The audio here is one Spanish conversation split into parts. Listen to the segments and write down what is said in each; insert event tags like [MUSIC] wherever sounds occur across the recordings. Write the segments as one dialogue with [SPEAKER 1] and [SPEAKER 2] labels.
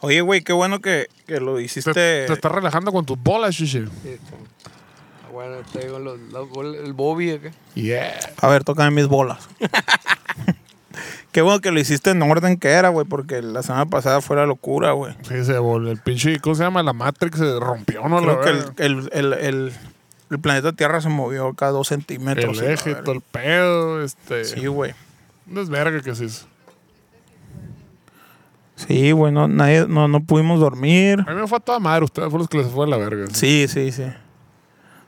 [SPEAKER 1] Oye, güey, qué bueno que, que lo
[SPEAKER 2] Te,
[SPEAKER 1] hiciste.
[SPEAKER 2] te estás relajando con tus bolas, Shishi.
[SPEAKER 3] Este. Ah, Bueno, traigo los, los bol- el Bobby acá.
[SPEAKER 2] Yeah.
[SPEAKER 1] A ver, tócame mis bolas. [LAUGHS] qué bueno que lo hiciste en orden que era, güey, porque la semana pasada fue la locura, güey.
[SPEAKER 2] Sí, se volvió el pinche, ¿cómo se llama? La Matrix se rompió, ¿no? La
[SPEAKER 1] Creo que el,
[SPEAKER 2] verga.
[SPEAKER 1] el, el, el- el planeta Tierra se movió cada dos centímetros.
[SPEAKER 2] el,
[SPEAKER 1] y la
[SPEAKER 2] eje,
[SPEAKER 1] verga.
[SPEAKER 2] todo el pedo, este.
[SPEAKER 1] Sí, güey.
[SPEAKER 2] No es verga que se hizo.
[SPEAKER 1] Sí, güey, no, nadie, no, no pudimos dormir.
[SPEAKER 2] A mí me fue a toda madre, ustedes fueron los que les fue a la verga.
[SPEAKER 1] Sí, sí, sí.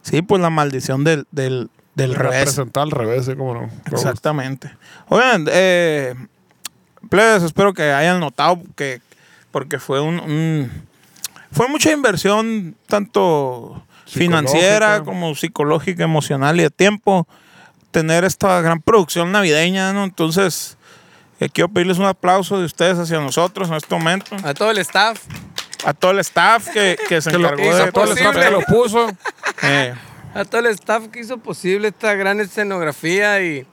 [SPEAKER 1] Sí, pues la maldición del, del, del revés.
[SPEAKER 2] Representar al revés, ¿sí? ¿Cómo no?
[SPEAKER 1] Exactamente. Oigan, eh, plebes, espero que hayan notado que porque fue un, un- fue mucha inversión tanto financiera
[SPEAKER 2] Psicológica.
[SPEAKER 1] como psicológica, emocional y de tiempo tener esta gran producción navideña, ¿no? Entonces, eh, quiero pedirles un aplauso de ustedes hacia nosotros en este momento,
[SPEAKER 3] A todo el staff.
[SPEAKER 1] a todo el staff que, que se
[SPEAKER 2] Que lo,
[SPEAKER 1] encargó
[SPEAKER 3] hizo
[SPEAKER 1] de
[SPEAKER 2] a todos los
[SPEAKER 3] posible.
[SPEAKER 2] que lo puso.
[SPEAKER 1] Eh,
[SPEAKER 3] A todo el staff que hizo posible esta gran escenografía y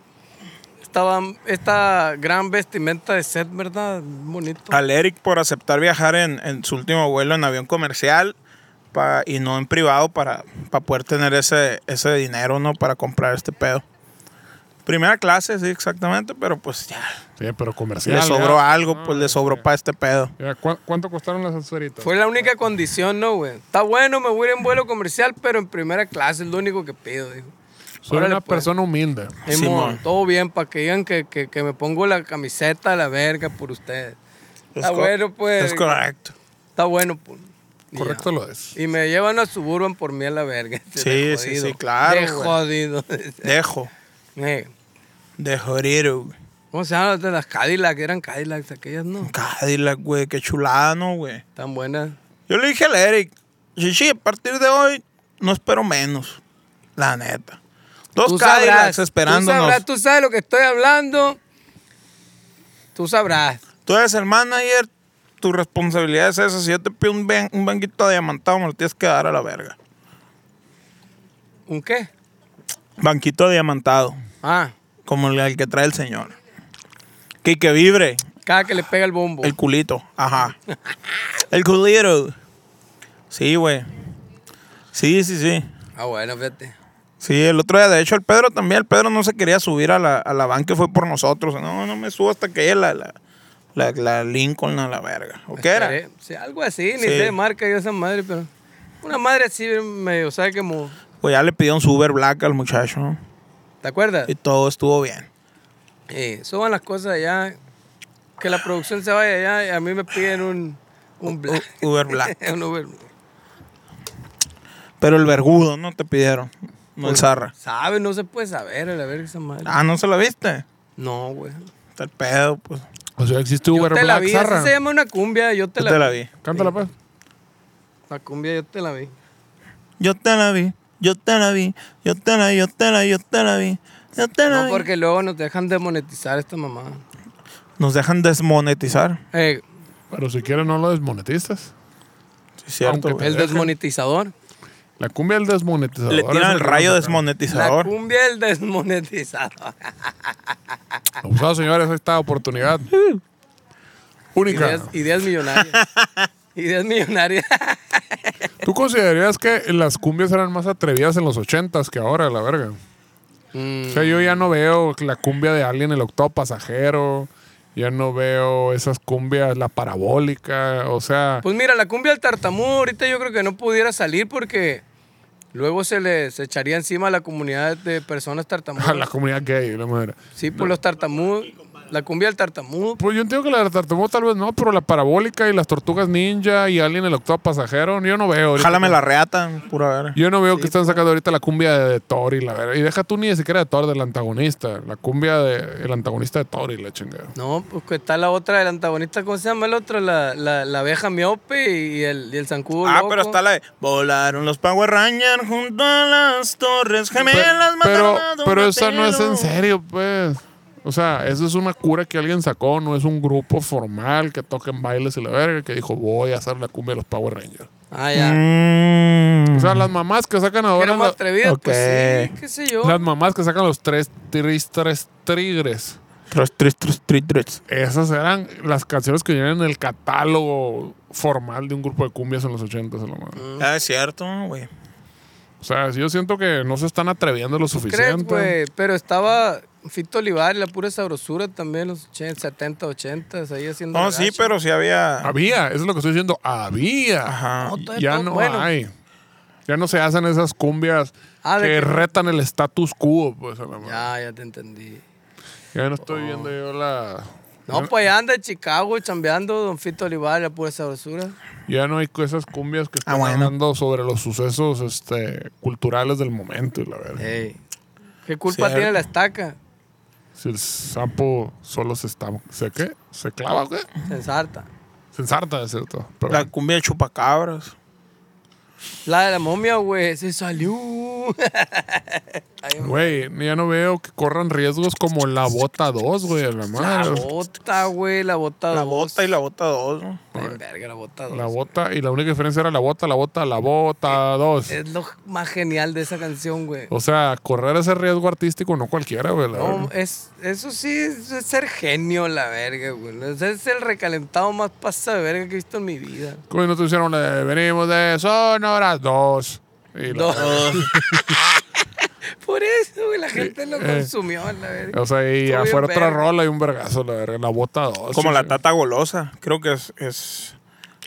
[SPEAKER 3] esta, ba- esta gran vestimenta de set, ¿verdad? Bonito.
[SPEAKER 1] al Eric por aceptar viajar en, en su último vuelo en avión comercial pa- y no en privado para, para poder tener ese, ese dinero, ¿no? Para comprar este pedo. Primera clase, sí, exactamente, pero pues ya.
[SPEAKER 2] Sí, pero comercial.
[SPEAKER 1] Le sobró
[SPEAKER 2] ya.
[SPEAKER 1] algo, pues
[SPEAKER 3] Ah,
[SPEAKER 1] le sobró para este pedo.
[SPEAKER 2] Ya, ¿cu- ¿Cuánto costaron las esferitas?
[SPEAKER 3] Fue la única condición, ¿no, güey? Está bueno, me voy a ir en vuelo comercial, pero en primera clase es lo único que pido, dijo.
[SPEAKER 2] Soy
[SPEAKER 3] Órale,
[SPEAKER 2] una
[SPEAKER 3] pues.
[SPEAKER 2] persona humilde.
[SPEAKER 3] Simón,
[SPEAKER 1] Simón.
[SPEAKER 3] todo bien, para que digan que, que- que me pongo la camiseta a la verga por ustedes. Está
[SPEAKER 1] Es co-
[SPEAKER 3] bueno, pues.
[SPEAKER 1] Es correcto.
[SPEAKER 3] Está bueno, pues. Y
[SPEAKER 2] Correcto
[SPEAKER 3] ya.
[SPEAKER 2] lo es.
[SPEAKER 3] Y me llevan a Suburban por mí a la verga. [LAUGHS] este,
[SPEAKER 1] Sí,
[SPEAKER 3] De
[SPEAKER 1] sí,
[SPEAKER 3] jodido.
[SPEAKER 1] sí, claro,
[SPEAKER 3] De
[SPEAKER 1] güey.
[SPEAKER 3] jodido. [LAUGHS]
[SPEAKER 1] Dejo.
[SPEAKER 3] Eh,
[SPEAKER 1] De jorir, güey.
[SPEAKER 3] ¿Cómo se llaman las de las Cadillac? Eran Cadillacs aquellas, ¿no?
[SPEAKER 1] Cadillac, güey, qué chulada, ¿no, güey?
[SPEAKER 3] Tan buenas.
[SPEAKER 1] Yo le dije al Eric, Shishi, a partir de hoy no espero menos. La neta. Dos
[SPEAKER 3] Tú sabrás,
[SPEAKER 1] Cadillacs
[SPEAKER 3] tú
[SPEAKER 1] esperándonos.
[SPEAKER 3] sabrás, Tú sabes lo que estoy hablando. Tú sabrás.
[SPEAKER 1] Tú eres el manager, tu responsabilidad es esa. Si yo te pido un, ben- un banquito diamantado, me lo tienes que dar a la verga.
[SPEAKER 3] ¿Un qué?
[SPEAKER 1] Banquito diamantado,
[SPEAKER 3] Ah,
[SPEAKER 1] como el, el que trae el señor. Que, que vibre
[SPEAKER 3] cada que le pega el bombo.
[SPEAKER 1] el culito. Ajá. El culito. Sí, güey. Sí, sí, sí.
[SPEAKER 3] Ah, bueno, fíjate.
[SPEAKER 1] Sí, el otro día, de hecho, el Pedro también, el Pedro no se quería subir a la, a la van que fue por nosotros. No, no me subo hasta que llegue la, la, la, la Lincoln a la verga. ¿O qué era?
[SPEAKER 3] Estaré- sí, algo así, ni
[SPEAKER 1] Sí.
[SPEAKER 3] sé de marca yo esa madre, pero. Una madre así medio, ¿sabes cómo?
[SPEAKER 1] Pues ya le pidieron su Uber Black al muchacho. ¿no?
[SPEAKER 3] ¿Te acuerdas?
[SPEAKER 1] Y todo estuvo bien.
[SPEAKER 3] Eh, suban las cosas allá. Que la producción se vaya allá y a mí me piden un. Un black.
[SPEAKER 1] U- Uber Black.
[SPEAKER 3] [LAUGHS] un Uber.
[SPEAKER 1] Pero el vergudo, ¿no? Te pidieron. No el zarra.
[SPEAKER 3] ¿Sabes? No se puede saber, a la verga esa madre.
[SPEAKER 1] Ah, ¿no se lo viste?
[SPEAKER 3] No, güey.
[SPEAKER 1] Está el pedo, pues.
[SPEAKER 2] O sea, existe
[SPEAKER 3] Yo
[SPEAKER 2] Uber
[SPEAKER 3] te la
[SPEAKER 2] Black
[SPEAKER 3] vi,
[SPEAKER 2] Zarra.
[SPEAKER 3] así se llama una cumbia, yo te
[SPEAKER 1] Yo
[SPEAKER 3] la,
[SPEAKER 1] te la vi.
[SPEAKER 2] Cántala, pues.
[SPEAKER 3] La cumbia yo te la vi.
[SPEAKER 1] Yo te la vi. Yo te la vi. Yo te la vi. Yo te la vi. Yo te la vi. Yo te la
[SPEAKER 3] No,
[SPEAKER 1] vi.
[SPEAKER 3] porque luego nos dejan de monetizar esta mamá.
[SPEAKER 1] Nos dejan desmonetizar.
[SPEAKER 3] Eh,
[SPEAKER 2] Pero si quieres, no lo desmonetizas.
[SPEAKER 1] Sí, es cierto.
[SPEAKER 2] Aunque
[SPEAKER 1] güey.
[SPEAKER 3] el desmonetizador.
[SPEAKER 2] La cumbia del desmonetizador.
[SPEAKER 1] Le tiran
[SPEAKER 2] es
[SPEAKER 1] el
[SPEAKER 2] que
[SPEAKER 1] rayo
[SPEAKER 2] vamos a sacar.
[SPEAKER 3] La
[SPEAKER 1] desmonetizador.
[SPEAKER 3] cumbia del desmonetizador.
[SPEAKER 2] Abusado, señores, esta
[SPEAKER 3] [LAUGHS]
[SPEAKER 2] oportunidad.
[SPEAKER 3] Ideas,
[SPEAKER 2] Única.
[SPEAKER 3] ideas
[SPEAKER 1] [LAUGHS]
[SPEAKER 3] millonarias. ideas [LAUGHS] millonarias.
[SPEAKER 2] ¿Tú considerarías que las cumbias eran más atrevidas en los ochentas que ahora, la verga?
[SPEAKER 3] Mm.
[SPEAKER 2] O sea, yo ya no veo la cumbia de Alien, el octavo pasajero. Ya no veo esas cumbias, la parabólica. O sea,
[SPEAKER 3] Pues mira, la cumbia del tartamudo ahorita yo creo que no pudiera salir porque luego se les echaría encima a la comunidad de
[SPEAKER 2] [LAUGHS]
[SPEAKER 3] personas
[SPEAKER 2] a la
[SPEAKER 3] tartamudas.
[SPEAKER 2] comunidad gay, la madre.
[SPEAKER 3] Sí, pues los tartamudos, la cumbia del tartamudo.
[SPEAKER 2] Pues yo entiendo que la de tartamudo tal vez no, pero la parabólica y las tortugas ninja y Alien, el octavo pasajero, yo no veo. ahorita. pues.
[SPEAKER 1] Jálame la reata, pura ver.
[SPEAKER 2] Yo no veo que están sacando ahorita la cumbia de, Thor y la verdad. Y deja tú ni siquiera de Thor, del antagonista. La cumbia del antagonista de Thor y la chingada.
[SPEAKER 3] No, pues que está la otra del antagonista, ¿cómo se llama el otro? La, la, la abeja miope y el, y el zancudo.
[SPEAKER 1] Ah,
[SPEAKER 3] loco.
[SPEAKER 1] pero está la de Volaron los Power Rangers junto a las torres
[SPEAKER 2] Pe-
[SPEAKER 1] gemelas
[SPEAKER 2] pero
[SPEAKER 1] mataron a Don
[SPEAKER 2] pero esa no es
[SPEAKER 1] Mateo".
[SPEAKER 2] en serio, pues. O sea, eso es una cura que alguien sacó, no es un grupo formal que toquen bailes y la verga, que dijo voy a hacer la cumbia de los Power Rangers.
[SPEAKER 3] Ah, ya.
[SPEAKER 2] O
[SPEAKER 1] Mm.
[SPEAKER 2] sea, las mamás que sacan
[SPEAKER 3] Era
[SPEAKER 2] ahora.
[SPEAKER 3] más
[SPEAKER 2] la-
[SPEAKER 3] atrevida, pues
[SPEAKER 1] Ok.
[SPEAKER 3] sí, qué sé yo.
[SPEAKER 2] las mamás que sacan los tres, tris- tres tigres.
[SPEAKER 1] Tres, tres, tres, tres, tres.
[SPEAKER 2] Esas eran las canciones que vienen en el catálogo formal de un grupo de cumbias en los 80s. a la madre.
[SPEAKER 1] Ah, es cierto, güey.
[SPEAKER 2] O sea, yo siento que no se están atreviendo lo
[SPEAKER 3] ¿Crees,
[SPEAKER 2] suficiente.
[SPEAKER 3] güey? Pero estaba Fito Olivares, la pura sabrosura también, los 80, 70, 80, ahí haciendo.
[SPEAKER 1] No, sí,
[SPEAKER 3] gacho.
[SPEAKER 1] pero sí había.
[SPEAKER 2] Había, eso es lo que estoy diciendo, había.
[SPEAKER 1] Ajá.
[SPEAKER 3] No, todavía
[SPEAKER 2] Ya
[SPEAKER 3] todo-
[SPEAKER 2] no
[SPEAKER 3] bueno.
[SPEAKER 2] hay. Ya no se hacen esas cumbias
[SPEAKER 3] Ah, de
[SPEAKER 2] que
[SPEAKER 3] que-
[SPEAKER 2] retan el status quo. Pues, a la madre.
[SPEAKER 3] Ya, ya te entendí.
[SPEAKER 2] Ya no estoy viendo yo la...
[SPEAKER 3] No, pues allá anda en Chicago chambeando Don Fito Olivares, la pura sabrosura.
[SPEAKER 2] Ya no hay esas cumbias que están
[SPEAKER 1] Ah, bueno.
[SPEAKER 2] hablando sobre los sucesos este, culturales del momento. y La verdad.
[SPEAKER 3] Ey. ¿Qué culpa
[SPEAKER 1] Cierto.
[SPEAKER 2] eh?
[SPEAKER 3] tiene la estaca?
[SPEAKER 2] Si el sapo solo se está... ¿Se qué? ¿Se clava o qué?
[SPEAKER 3] Se ensarta.
[SPEAKER 2] Se ensarta, es cierto. Pero-
[SPEAKER 1] La cumbia de chupacabras.
[SPEAKER 3] La de la momia, güey, se salió.
[SPEAKER 2] Güey, ya no veo que corran riesgos como la bota 2, güey, a la
[SPEAKER 3] La
[SPEAKER 2] madre.
[SPEAKER 3] bota, güey, la bota.
[SPEAKER 1] La
[SPEAKER 3] dos.
[SPEAKER 1] bota y la bota dos. ¿no?
[SPEAKER 3] Ay, verga, la bota. dos.
[SPEAKER 2] La bota, y la única diferencia era la bota, la bota, la bota 2.
[SPEAKER 3] Es lo más genial de esa canción, güey.
[SPEAKER 2] O sea, correr ese riesgo artístico no cualquiera, güey. la
[SPEAKER 3] No, eh.
[SPEAKER 2] verdad.
[SPEAKER 3] es, eso sí es, es ser genio, la verga, güey. Ese es el recalentado más pasa de verga que he visto en mi vida.
[SPEAKER 2] Como no te hicieron la de venimos de Sonora 2. Y la-
[SPEAKER 3] No. [LAUGHS] Por eso, güey, la gente lo
[SPEAKER 2] eh.
[SPEAKER 3] consumió, la verga.
[SPEAKER 2] O sea, y
[SPEAKER 3] Estuvo bien
[SPEAKER 2] afuera otra
[SPEAKER 3] verga.
[SPEAKER 2] rola y un vergazo, la verga, la bota
[SPEAKER 3] Oh,
[SPEAKER 2] 2.
[SPEAKER 1] Como la Tata Golosa. Creo que es, es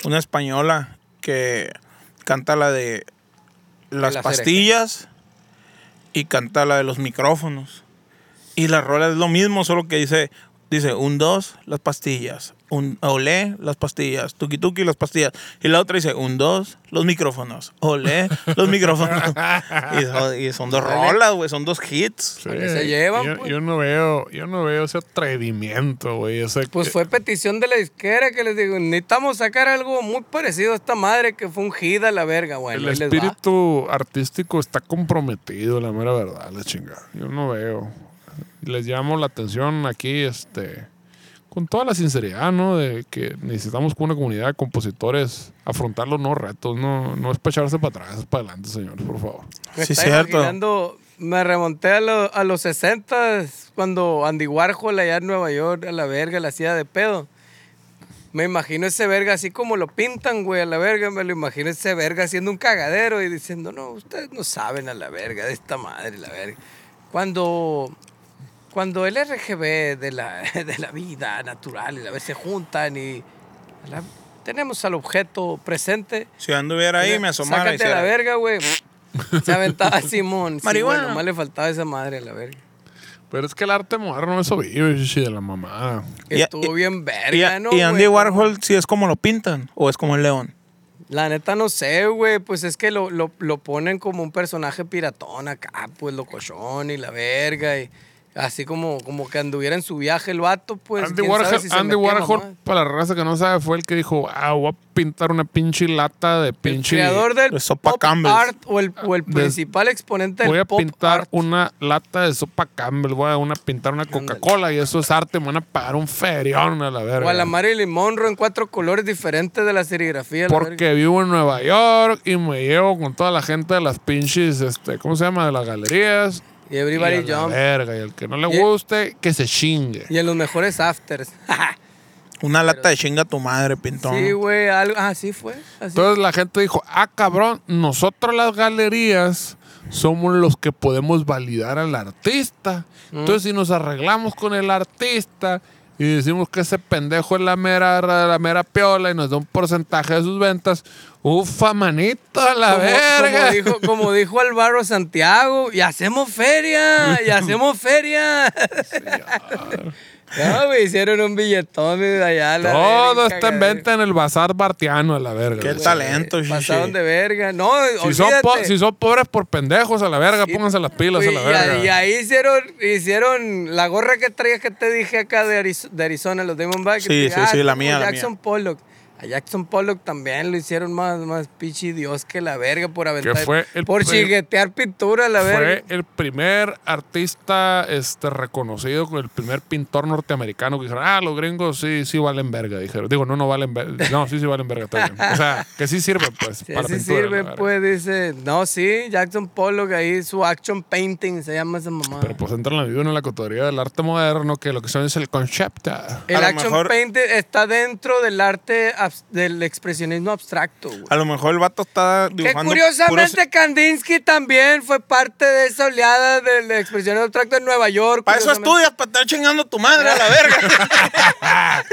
[SPEAKER 1] una española que canta la de las
[SPEAKER 3] las
[SPEAKER 1] pastillas y canta la de los micrófonos. Y la rola es lo mismo, solo que dice, dice un dos, las pastillas. Un olé, las pastillas. Tuki tuki, las pastillas. Y la otra dice un dos, los micrófonos. Olé, los micrófonos.
[SPEAKER 3] [LAUGHS]
[SPEAKER 1] y, son, y son dos rolas, güey, son dos hits.
[SPEAKER 3] ¿Para qué se llevan,
[SPEAKER 2] yo,
[SPEAKER 3] pues?
[SPEAKER 2] yo no veo, yo no veo ese atrevimiento, güey. Ese
[SPEAKER 3] Pues
[SPEAKER 2] que-
[SPEAKER 3] fue petición de la disquera que les digo, necesitamos sacar algo muy parecido a esta madre que fue ungida la verga, güey.
[SPEAKER 2] El
[SPEAKER 3] Ahí les va.
[SPEAKER 2] espíritu artístico está comprometido, la mera verdad, la chingada. Yo no veo. Les llamo la atención aquí, este, con toda la sinceridad, ¿no? De que necesitamos con una comunidad de compositores afrontar los no retos, no, no es para echarse para atrás, es para adelante, señores, por favor.
[SPEAKER 3] Me
[SPEAKER 1] Sí,
[SPEAKER 3] está
[SPEAKER 1] cierto.
[SPEAKER 3] imaginando, me remonté a, lo- a los 60 cuando Andy Warhol allá en Nueva York a la verga la hacía de pedo. Me imagino ese verga así como lo pintan, güey, a la verga. Me lo imagino ese verga haciendo un cagadero y diciendo, no, ustedes no saben a la verga de esta madre, la verga. Cuando, cuando el RGB de la, [LAUGHS] de la vida natural y la vez se juntan y a la- tenemos al objeto presente
[SPEAKER 1] Si yo anduviera ahí,
[SPEAKER 3] Mira,
[SPEAKER 1] me asomara. y
[SPEAKER 3] Sácate a la
[SPEAKER 1] hiciera-
[SPEAKER 3] verga, güey.
[SPEAKER 1] [LAUGHS]
[SPEAKER 3] Se aventaba Simón. Sí, güey,
[SPEAKER 1] Marihuana.
[SPEAKER 3] nomás le faltaba esa madre a la verga.
[SPEAKER 2] Pero es que el arte moderno eso vive, chichi, de la mamada.
[SPEAKER 1] Y-
[SPEAKER 3] Estuvo
[SPEAKER 1] y-
[SPEAKER 3] bien verga,
[SPEAKER 1] Y, a-
[SPEAKER 3] ¿no?
[SPEAKER 1] y Andy
[SPEAKER 3] güey?
[SPEAKER 1] Warhol, si es como lo pintan o es como el león.
[SPEAKER 3] La neta no sé, güey. Pues es que lo, lo, lo ponen como un personaje piratón acá, pues locochón y la verga. Y así como, como que anduviera en su viaje el vato, pues.
[SPEAKER 2] Andy
[SPEAKER 3] quién sabe
[SPEAKER 2] Warhol,
[SPEAKER 3] si se
[SPEAKER 2] Andy
[SPEAKER 3] metía
[SPEAKER 2] Warhol,
[SPEAKER 3] mamá.
[SPEAKER 2] para la raza que no sabe, fue el que dijo, ah, voy a pintar una pinche lata de
[SPEAKER 3] El
[SPEAKER 2] pinche...
[SPEAKER 3] creador del
[SPEAKER 1] de sopa
[SPEAKER 3] pop
[SPEAKER 1] Campbell's.
[SPEAKER 3] art o el, o el
[SPEAKER 2] Des-
[SPEAKER 3] principal exponente del
[SPEAKER 2] voy a
[SPEAKER 3] Este, pop
[SPEAKER 2] pintar
[SPEAKER 3] art.
[SPEAKER 2] una lata de sopa Campbell, voy a una, pintar una Coca-Cola y eso es arte, me van a pagar un ferión a la verga.
[SPEAKER 3] O a la Marilyn Monroe en cuatro colores diferentes de la serigrafía. la verga.
[SPEAKER 2] porque vivo en Nueva York y me llevo con toda la gente de las pinches, este, ¿cómo se llama? De las galerías.
[SPEAKER 3] Y everybody
[SPEAKER 2] y a la
[SPEAKER 3] jump.
[SPEAKER 2] verga, y el que no le
[SPEAKER 3] Y-
[SPEAKER 2] guste, que se chingue.
[SPEAKER 3] [LAUGHS] Y en los mejores afters. [LAUGHS]
[SPEAKER 1] Una lata de chinga tu madre, pintón.
[SPEAKER 3] sí, güey. Algo... Ah, sí fue. Así.
[SPEAKER 2] Entonces la gente dijo, ah, cabrón, nosotros las galerías somos los que podemos validar al artista.
[SPEAKER 3] Mm.
[SPEAKER 2] Entonces, si nos arreglamos con el artista y decimos que ese pendejo es la mera, la mera piola y nos da un porcentaje de sus ventas, ufa, manito, a la
[SPEAKER 3] Como-
[SPEAKER 2] verga.
[SPEAKER 3] Como
[SPEAKER 2] [LAUGHS]
[SPEAKER 3] dijo, como dijo Álvaro Santiago, y hacemos feria, y hacemos feria. [LAUGHS] no, me hicieron un billetón de allá. la
[SPEAKER 2] Todo
[SPEAKER 3] verga,
[SPEAKER 2] está en
[SPEAKER 3] cabrón.
[SPEAKER 2] venta en el bazar bartiano, a la verga.
[SPEAKER 1] Qué
[SPEAKER 2] güey.
[SPEAKER 1] talento,
[SPEAKER 3] Pasaron
[SPEAKER 1] Shishi.
[SPEAKER 3] de verga. No,
[SPEAKER 2] Si son, po-
[SPEAKER 3] olvídate.
[SPEAKER 2] si son pobres por pendejos, a la verga, pónganse las pilas, a la
[SPEAKER 3] Güey, y,
[SPEAKER 2] verga.
[SPEAKER 3] ahí- y ahí hicieron, hicieron la gorra que traía que te dije acá de, Ariz- de Arizona, los Diamondbacks.
[SPEAKER 1] Sí,
[SPEAKER 3] Dije,
[SPEAKER 1] sí,
[SPEAKER 3] ah,
[SPEAKER 1] sí, la
[SPEAKER 3] como
[SPEAKER 1] mía, la
[SPEAKER 3] Jackson
[SPEAKER 1] mía.
[SPEAKER 3] Pollock. A Jackson Pollock también lo hicieron más, más pinche Dios que la verga por aventar.
[SPEAKER 2] fue el
[SPEAKER 3] por
[SPEAKER 2] pre-
[SPEAKER 3] chiguetear pintura, la verga.
[SPEAKER 2] Fue el primer artista este, reconocido, el primer pintor norteamericano que dijeron, ah, los gringos sí, sí valen verga, dijeron. Digo, no, no valen verga. No, sí, sí valen verga, está bien. O sea, que sí sirven, pues,
[SPEAKER 3] [LAUGHS] Sí,
[SPEAKER 2] para
[SPEAKER 3] sí
[SPEAKER 2] pintura, la
[SPEAKER 3] sirve,
[SPEAKER 2] verga.
[SPEAKER 3] pues, dice. No, sí, Jackson Pollock ahí, su action painting se llama esa mamá.
[SPEAKER 2] Pero pues entra en la vida en la categoría del arte moderno, que lo que son es el concepto.
[SPEAKER 3] el
[SPEAKER 1] a lo
[SPEAKER 3] action
[SPEAKER 1] mejor-
[SPEAKER 3] painting está dentro del arte abs- del expresionismo abstracto, güey.
[SPEAKER 1] A lo mejor el vato está
[SPEAKER 3] Que
[SPEAKER 1] dibujando.
[SPEAKER 3] curiosamente Kandinsky también fue parte de esa oleada de la expresión del tracto en Nueva York.
[SPEAKER 1] Para eso
[SPEAKER 3] curiosamente.
[SPEAKER 1] estudias, para estar chingando tu madre a
[SPEAKER 3] [LAUGHS]
[SPEAKER 1] la verga.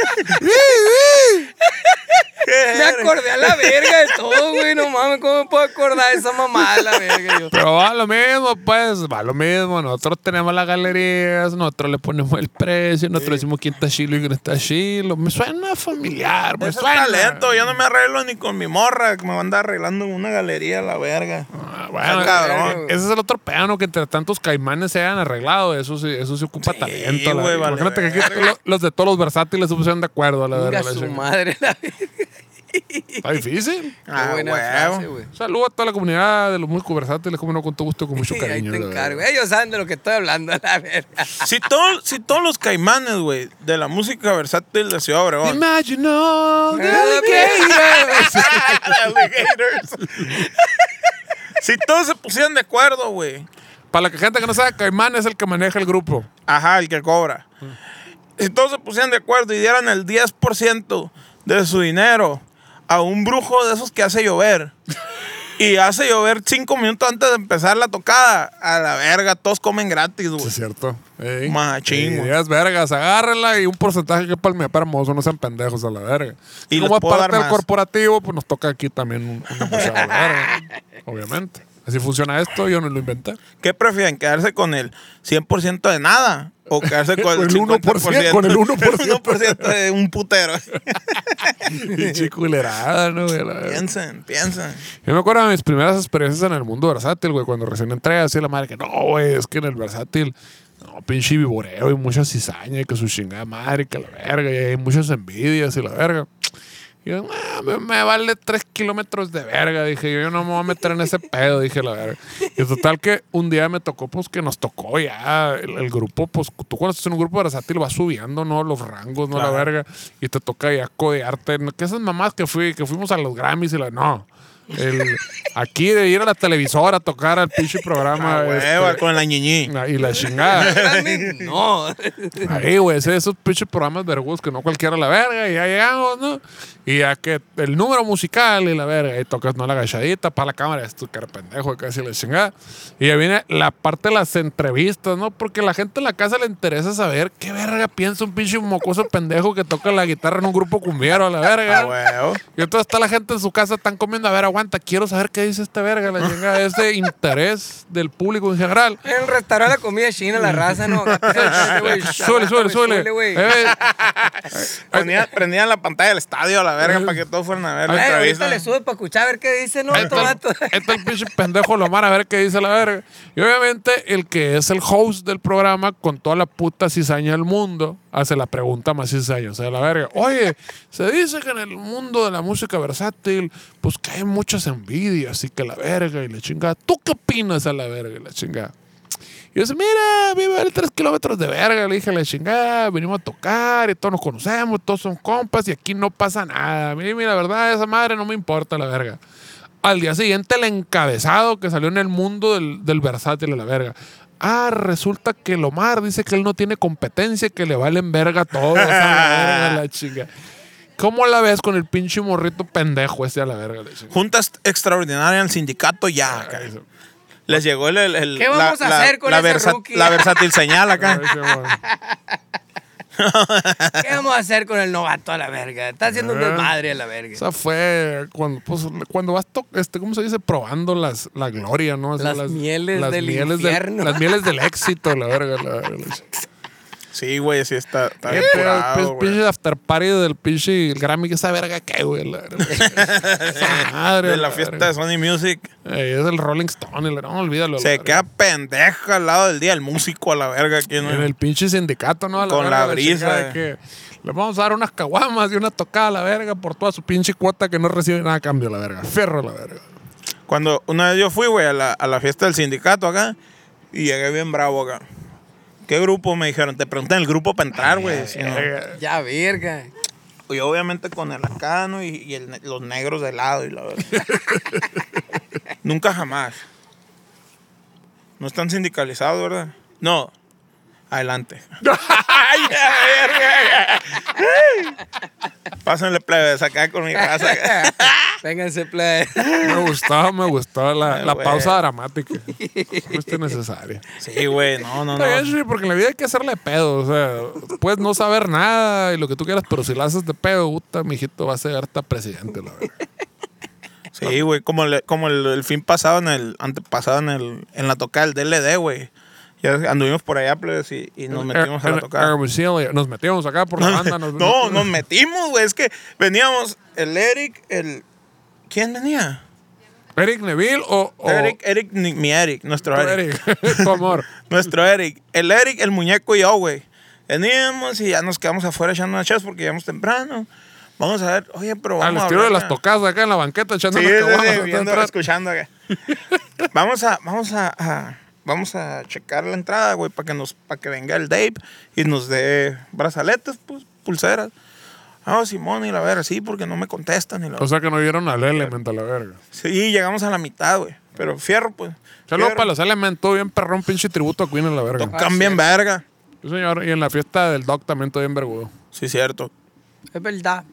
[SPEAKER 3] Me acordé a la verga de todo, güey. No mames, ¿cómo me puedo acordar de esa mamá a la verga? Yo.
[SPEAKER 2] Pero va lo mismo, pues, va lo mismo. Nosotros tenemos las galerías, nosotros le ponemos el precio, nosotros decimos quién está chilo y quién está chilo. Me suena familiar, me
[SPEAKER 1] Eso es
[SPEAKER 2] suena.
[SPEAKER 1] talento. Yo no me arreglo ni con mi morra, que me va a andar arreglando en una galería a la verga.
[SPEAKER 2] Ah, bueno,
[SPEAKER 1] Ah, cabrón.
[SPEAKER 2] ese es el otro peano que entre tantos caimanes se hayan arreglado. Eso sí, eso sí ocupa talento. la
[SPEAKER 1] güey,
[SPEAKER 2] verga.
[SPEAKER 1] vale
[SPEAKER 2] Imagínate que aquí lo- los de todos los versátiles se pusieron de acuerdo. a La
[SPEAKER 3] Venga,
[SPEAKER 2] verga, la
[SPEAKER 3] su
[SPEAKER 2] chica.
[SPEAKER 3] madre, la verga.
[SPEAKER 2] Está difícil.
[SPEAKER 3] Qué
[SPEAKER 1] Ah,
[SPEAKER 3] buena
[SPEAKER 1] huevo.
[SPEAKER 3] frase, güey.
[SPEAKER 2] Saludos a toda la comunidad de los músicos versátiles, como no, con todo gusto, con mucho
[SPEAKER 3] Sí, Ahí
[SPEAKER 2] cariño.
[SPEAKER 3] te
[SPEAKER 2] la verga.
[SPEAKER 3] encargo. Ellos saben de lo que estoy hablando, a la verga.
[SPEAKER 2] [LAUGHS]
[SPEAKER 1] Si, todo- si todos los caimanes, güey, de la música versátil de Ciudad
[SPEAKER 3] [LAUGHS]
[SPEAKER 1] Obregón.
[SPEAKER 2] Imagine all
[SPEAKER 3] Ah,
[SPEAKER 2] the alligators.
[SPEAKER 1] Alligators. si todos se pusieran de acuerdo, güey.
[SPEAKER 2] Para la gente que no sabe, Caimán es el que maneja el grupo.
[SPEAKER 1] Ajá, el que cobra. Si todos se pusieran de acuerdo y dieran el 10% de su dinero a un brujo de esos que hace llover y hace llover cinco minutos antes de empezar la tocada, a la verga, todos comen gratis,
[SPEAKER 2] Sí,
[SPEAKER 1] güey.
[SPEAKER 2] es cierto. Ey.
[SPEAKER 1] Machín,
[SPEAKER 2] Ey,
[SPEAKER 1] güey.
[SPEAKER 2] Ideas vergas, agárrenla y un porcentaje que palmea para hermoso, no sean pendejos a la verga.
[SPEAKER 1] Y
[SPEAKER 2] Y
[SPEAKER 1] les
[SPEAKER 2] como es
[SPEAKER 1] puedo
[SPEAKER 2] parte
[SPEAKER 1] dar
[SPEAKER 2] del
[SPEAKER 1] más.
[SPEAKER 2] corporativo, pues nos toca aquí también un- una empezada a la verga,
[SPEAKER 1] [LAUGHS]
[SPEAKER 2] obviamente. Así funciona esto, yo no lo inventé. [LAUGHS]
[SPEAKER 1] ¿Qué prefieren? ¿Quedarse con el 100% de nada? ¿O quedarse con
[SPEAKER 2] Con
[SPEAKER 1] el,
[SPEAKER 2] [LAUGHS] el 1%,
[SPEAKER 1] 50%? [LAUGHS]
[SPEAKER 2] con el 1%.
[SPEAKER 1] 1% de un putero. [LAUGHS]
[SPEAKER 2] Y chiculerada, ¿no? güey? A la verga.
[SPEAKER 1] piensen,
[SPEAKER 2] [LAUGHS]
[SPEAKER 1] piensen.
[SPEAKER 2] Yo me acuerdo de mis primeras experiencias en el mundo versátil, güey, cuando recién entré, así la madre que no, güey, es que en el versátil, no, pinche viboreo y mucha cizaña y que su chingada madre y que la verga, y hay muchas envidias y la verga. Y yo, "Ah, me, me vale tres kilómetros de verga, dije yo, yo no me voy a meter en ese pedo, dije la verga. Y total que un día me tocó, pues que nos tocó ya el, el grupo, pues tú cuando estás en un grupo versátil vas subiendo, ¿no? Los rangos, ¿no? La verga. Y te toca ya codearte, ¿no? que esas mamás que, fui, que fuimos a los Grammys y la, no. El- aquí de ir a la televisora a tocar al pinche programa.
[SPEAKER 1] Ah,
[SPEAKER 2] este,
[SPEAKER 1] hueva, con la ñiñi.
[SPEAKER 2] y la chingada.
[SPEAKER 3] No.
[SPEAKER 2] Ahí, güey, ese- esos pinches programas vergüenza que no cualquiera la verga. Y ya llegamos, ¿no? Y ya que el número musical y la verga. Y tocas, no, la agachadita para la cámara. Esto que era pendejo, casi la chingada. Y ya viene la parte de las entrevistas, ¿no? Porque la gente en la casa le interesa saber qué verga piensa un pinche mocoso pendejo que toca la guitarra en un grupo cumbiero a la verga.
[SPEAKER 1] Ah, huevo.
[SPEAKER 2] Y entonces está la gente en su casa, están comiendo. A ver, aguanta, quiero saber qué dice esta verga, la chingada. Es de interés del público en general.
[SPEAKER 3] En el restaurante de comida china, la
[SPEAKER 2] [LAUGHS]
[SPEAKER 3] raza, no.
[SPEAKER 2] Suele, suele, suele.
[SPEAKER 3] güey.
[SPEAKER 2] Eh,
[SPEAKER 1] Prendían, prendían la pantalla del estadio a la verga para que todos fueran a ver la
[SPEAKER 3] Ay, Eh, ahorita
[SPEAKER 1] entrevista.
[SPEAKER 3] le sube para escuchar a ver qué dice, ¿no?
[SPEAKER 2] Ahí está,
[SPEAKER 3] Tomato.
[SPEAKER 2] ahí [LAUGHS] está el pinche pendejo Lomar a ver qué dice la verga. Y obviamente el que es el host del programa con toda la puta cizaña del mundo hace la pregunta más cizaña, o sea, la verga. Oye, se dice que en el mundo de la música versátil pues que hay muchas envidias y que la verga y la chingada. ¿Tú qué opinas a la verga y la chingada? Y yo decía, mira, vive a tres kilómetros de verga. Le dije, a la chingada, venimos a tocar y todos nos conocemos, todos son compas y aquí no pasa nada. A mí, mira, la verdad, esa madre no me importa la verga. Al día siguiente, el encabezado que salió en el mundo del, del versátil a la verga. Ah, resulta que Lomar dice que él no tiene competencia y que le valen verga todo. verga, la chinga. ¿Cómo la ves con el pinche morrito pendejo ese a la verga? La chinga? Ah,
[SPEAKER 1] Juntas extraordinaria en el sindicato ya. cara. Les llegó el, el- el-
[SPEAKER 3] ¿Qué vamos a hacer con
[SPEAKER 1] la
[SPEAKER 3] ese rookie?
[SPEAKER 1] la versátil
[SPEAKER 2] [LAUGHS]
[SPEAKER 1] señal acá.
[SPEAKER 3] ¿Qué vamos a hacer con el novato a la verga? Está haciendo
[SPEAKER 2] Ah.
[SPEAKER 3] un desmadre a la verga.
[SPEAKER 2] Esa fue cuando, pues, cuando vas, to- este, ¿cómo se dice? Probando las, la gloria, ¿no? Así,
[SPEAKER 3] Las mieles del infierno.
[SPEAKER 2] las mieles del éxito, la verga. La verga.
[SPEAKER 1] Sí, güey, sí está, está
[SPEAKER 2] Qué
[SPEAKER 1] bien
[SPEAKER 2] pedo,
[SPEAKER 1] curado,
[SPEAKER 2] pues,
[SPEAKER 1] güey.
[SPEAKER 2] pinche after party del pinche Grammy, que esa verga qué, güey. La
[SPEAKER 1] [LAUGHS]
[SPEAKER 2] verga. Esa madre.
[SPEAKER 1] De la fiesta de Sony Music.
[SPEAKER 2] verga. Ey, es el Rolling Stone, la- no, olvídalo.
[SPEAKER 1] Se
[SPEAKER 2] la
[SPEAKER 1] queda
[SPEAKER 2] verga.
[SPEAKER 1] pendejo al lado del día el músico a la verga aquí, ¿no?
[SPEAKER 2] En el pinche sindicato, ¿no? A
[SPEAKER 1] Con la
[SPEAKER 2] verga,
[SPEAKER 1] brisa.
[SPEAKER 2] chingada que le vamos a dar unas caguamas y una tocada a la verga por toda su pinche cuota que no recibe nada a cambio, la verga. Fierro, la verga.
[SPEAKER 1] Cuando una vez yo fui, güey, a la, a la fiesta del sindicato acá y llegué bien bravo acá. ¿Qué grupo me dijeron? Te preguntan el grupo para entrar, güey.
[SPEAKER 2] Ah,
[SPEAKER 1] si no.
[SPEAKER 3] Ya, verga.
[SPEAKER 2] [LAUGHS]
[SPEAKER 1] Y obviamente con el acano y, y el ne- los negros de lado y la verdad. Nunca jamás. No están sindicalizados, ¿verdad? No. Adelante. Ay, la verga. Pásenle plebes acá con mi casa.
[SPEAKER 3] Vénganse, play.
[SPEAKER 2] Me gustaba, me gustaba la,
[SPEAKER 1] Eh,
[SPEAKER 2] la
[SPEAKER 1] güey.
[SPEAKER 2] pausa dramática. Justo
[SPEAKER 1] [LAUGHS]
[SPEAKER 2] necesaria.
[SPEAKER 1] Sí, güey, no, no, no.
[SPEAKER 2] Está bien, Shuri, porque en la vida hay que hacerle pedo. O sea, puedes no saber nada y lo que tú quieras, pero si la haces de pedo, puta, mijito, vas a ser hasta presidente, la verga.
[SPEAKER 1] Sí, güey, como, el, como el, el fin pasado, en el antepasado, en, el, en la tocada del DLD, güey. Ya anduvimos por allá, plebes, y, y nos metimos a
[SPEAKER 2] En-
[SPEAKER 1] la
[SPEAKER 2] en
[SPEAKER 1] tocada.
[SPEAKER 2] Hermosillo, Nos metíamos acá por la banda. nos-
[SPEAKER 1] [LAUGHS] No, nos metimos, güey. Es que veníamos el Eric, el... ¿Quién venía?
[SPEAKER 2] Eric Neville o. o-
[SPEAKER 1] Eric, Eric, ni- mi Eric, nuestro
[SPEAKER 2] tu
[SPEAKER 1] Eric.
[SPEAKER 2] Oh. Eric. [LAUGHS] tu amor.
[SPEAKER 1] Nuestro Eric. El Eric, el muñeco y yo, güey. Veníamos y ya nos quedamos afuera echando una chas porque llegamos temprano. Vamos a ver, oye, pero
[SPEAKER 2] Al
[SPEAKER 1] [LAUGHS] vamos a
[SPEAKER 2] estilo de
[SPEAKER 1] hablar,
[SPEAKER 2] las
[SPEAKER 1] ¿no?
[SPEAKER 2] tocadas acá en la banqueta echando
[SPEAKER 1] Sí,
[SPEAKER 2] unas
[SPEAKER 1] sí, sí,
[SPEAKER 2] caguamas,
[SPEAKER 1] viendo,
[SPEAKER 2] entrar. [LAUGHS]
[SPEAKER 1] escuchando. acá. vamos a, vamos a, a- vamos a checar la entrada, güey, para que nos, para que venga el Dave y nos dé brazaletes, pues, pulseras. Ah, Simón y la verga, sí, porque no me contestan y la
[SPEAKER 2] O sea que no vieron al Element a la verga.
[SPEAKER 1] Sí, llegamos a la mitad, güey. Pero fierro, pues.
[SPEAKER 2] Saludos
[SPEAKER 1] fierro.
[SPEAKER 2] para los Element, todo bien perrón, pinche tributo a Queen a la verga.
[SPEAKER 1] Tocan bien verga.
[SPEAKER 2] Sí, señor. Y en la fiesta del Doc también todo bien vergudo.
[SPEAKER 1] Sí, cierto.
[SPEAKER 3] Es verdad.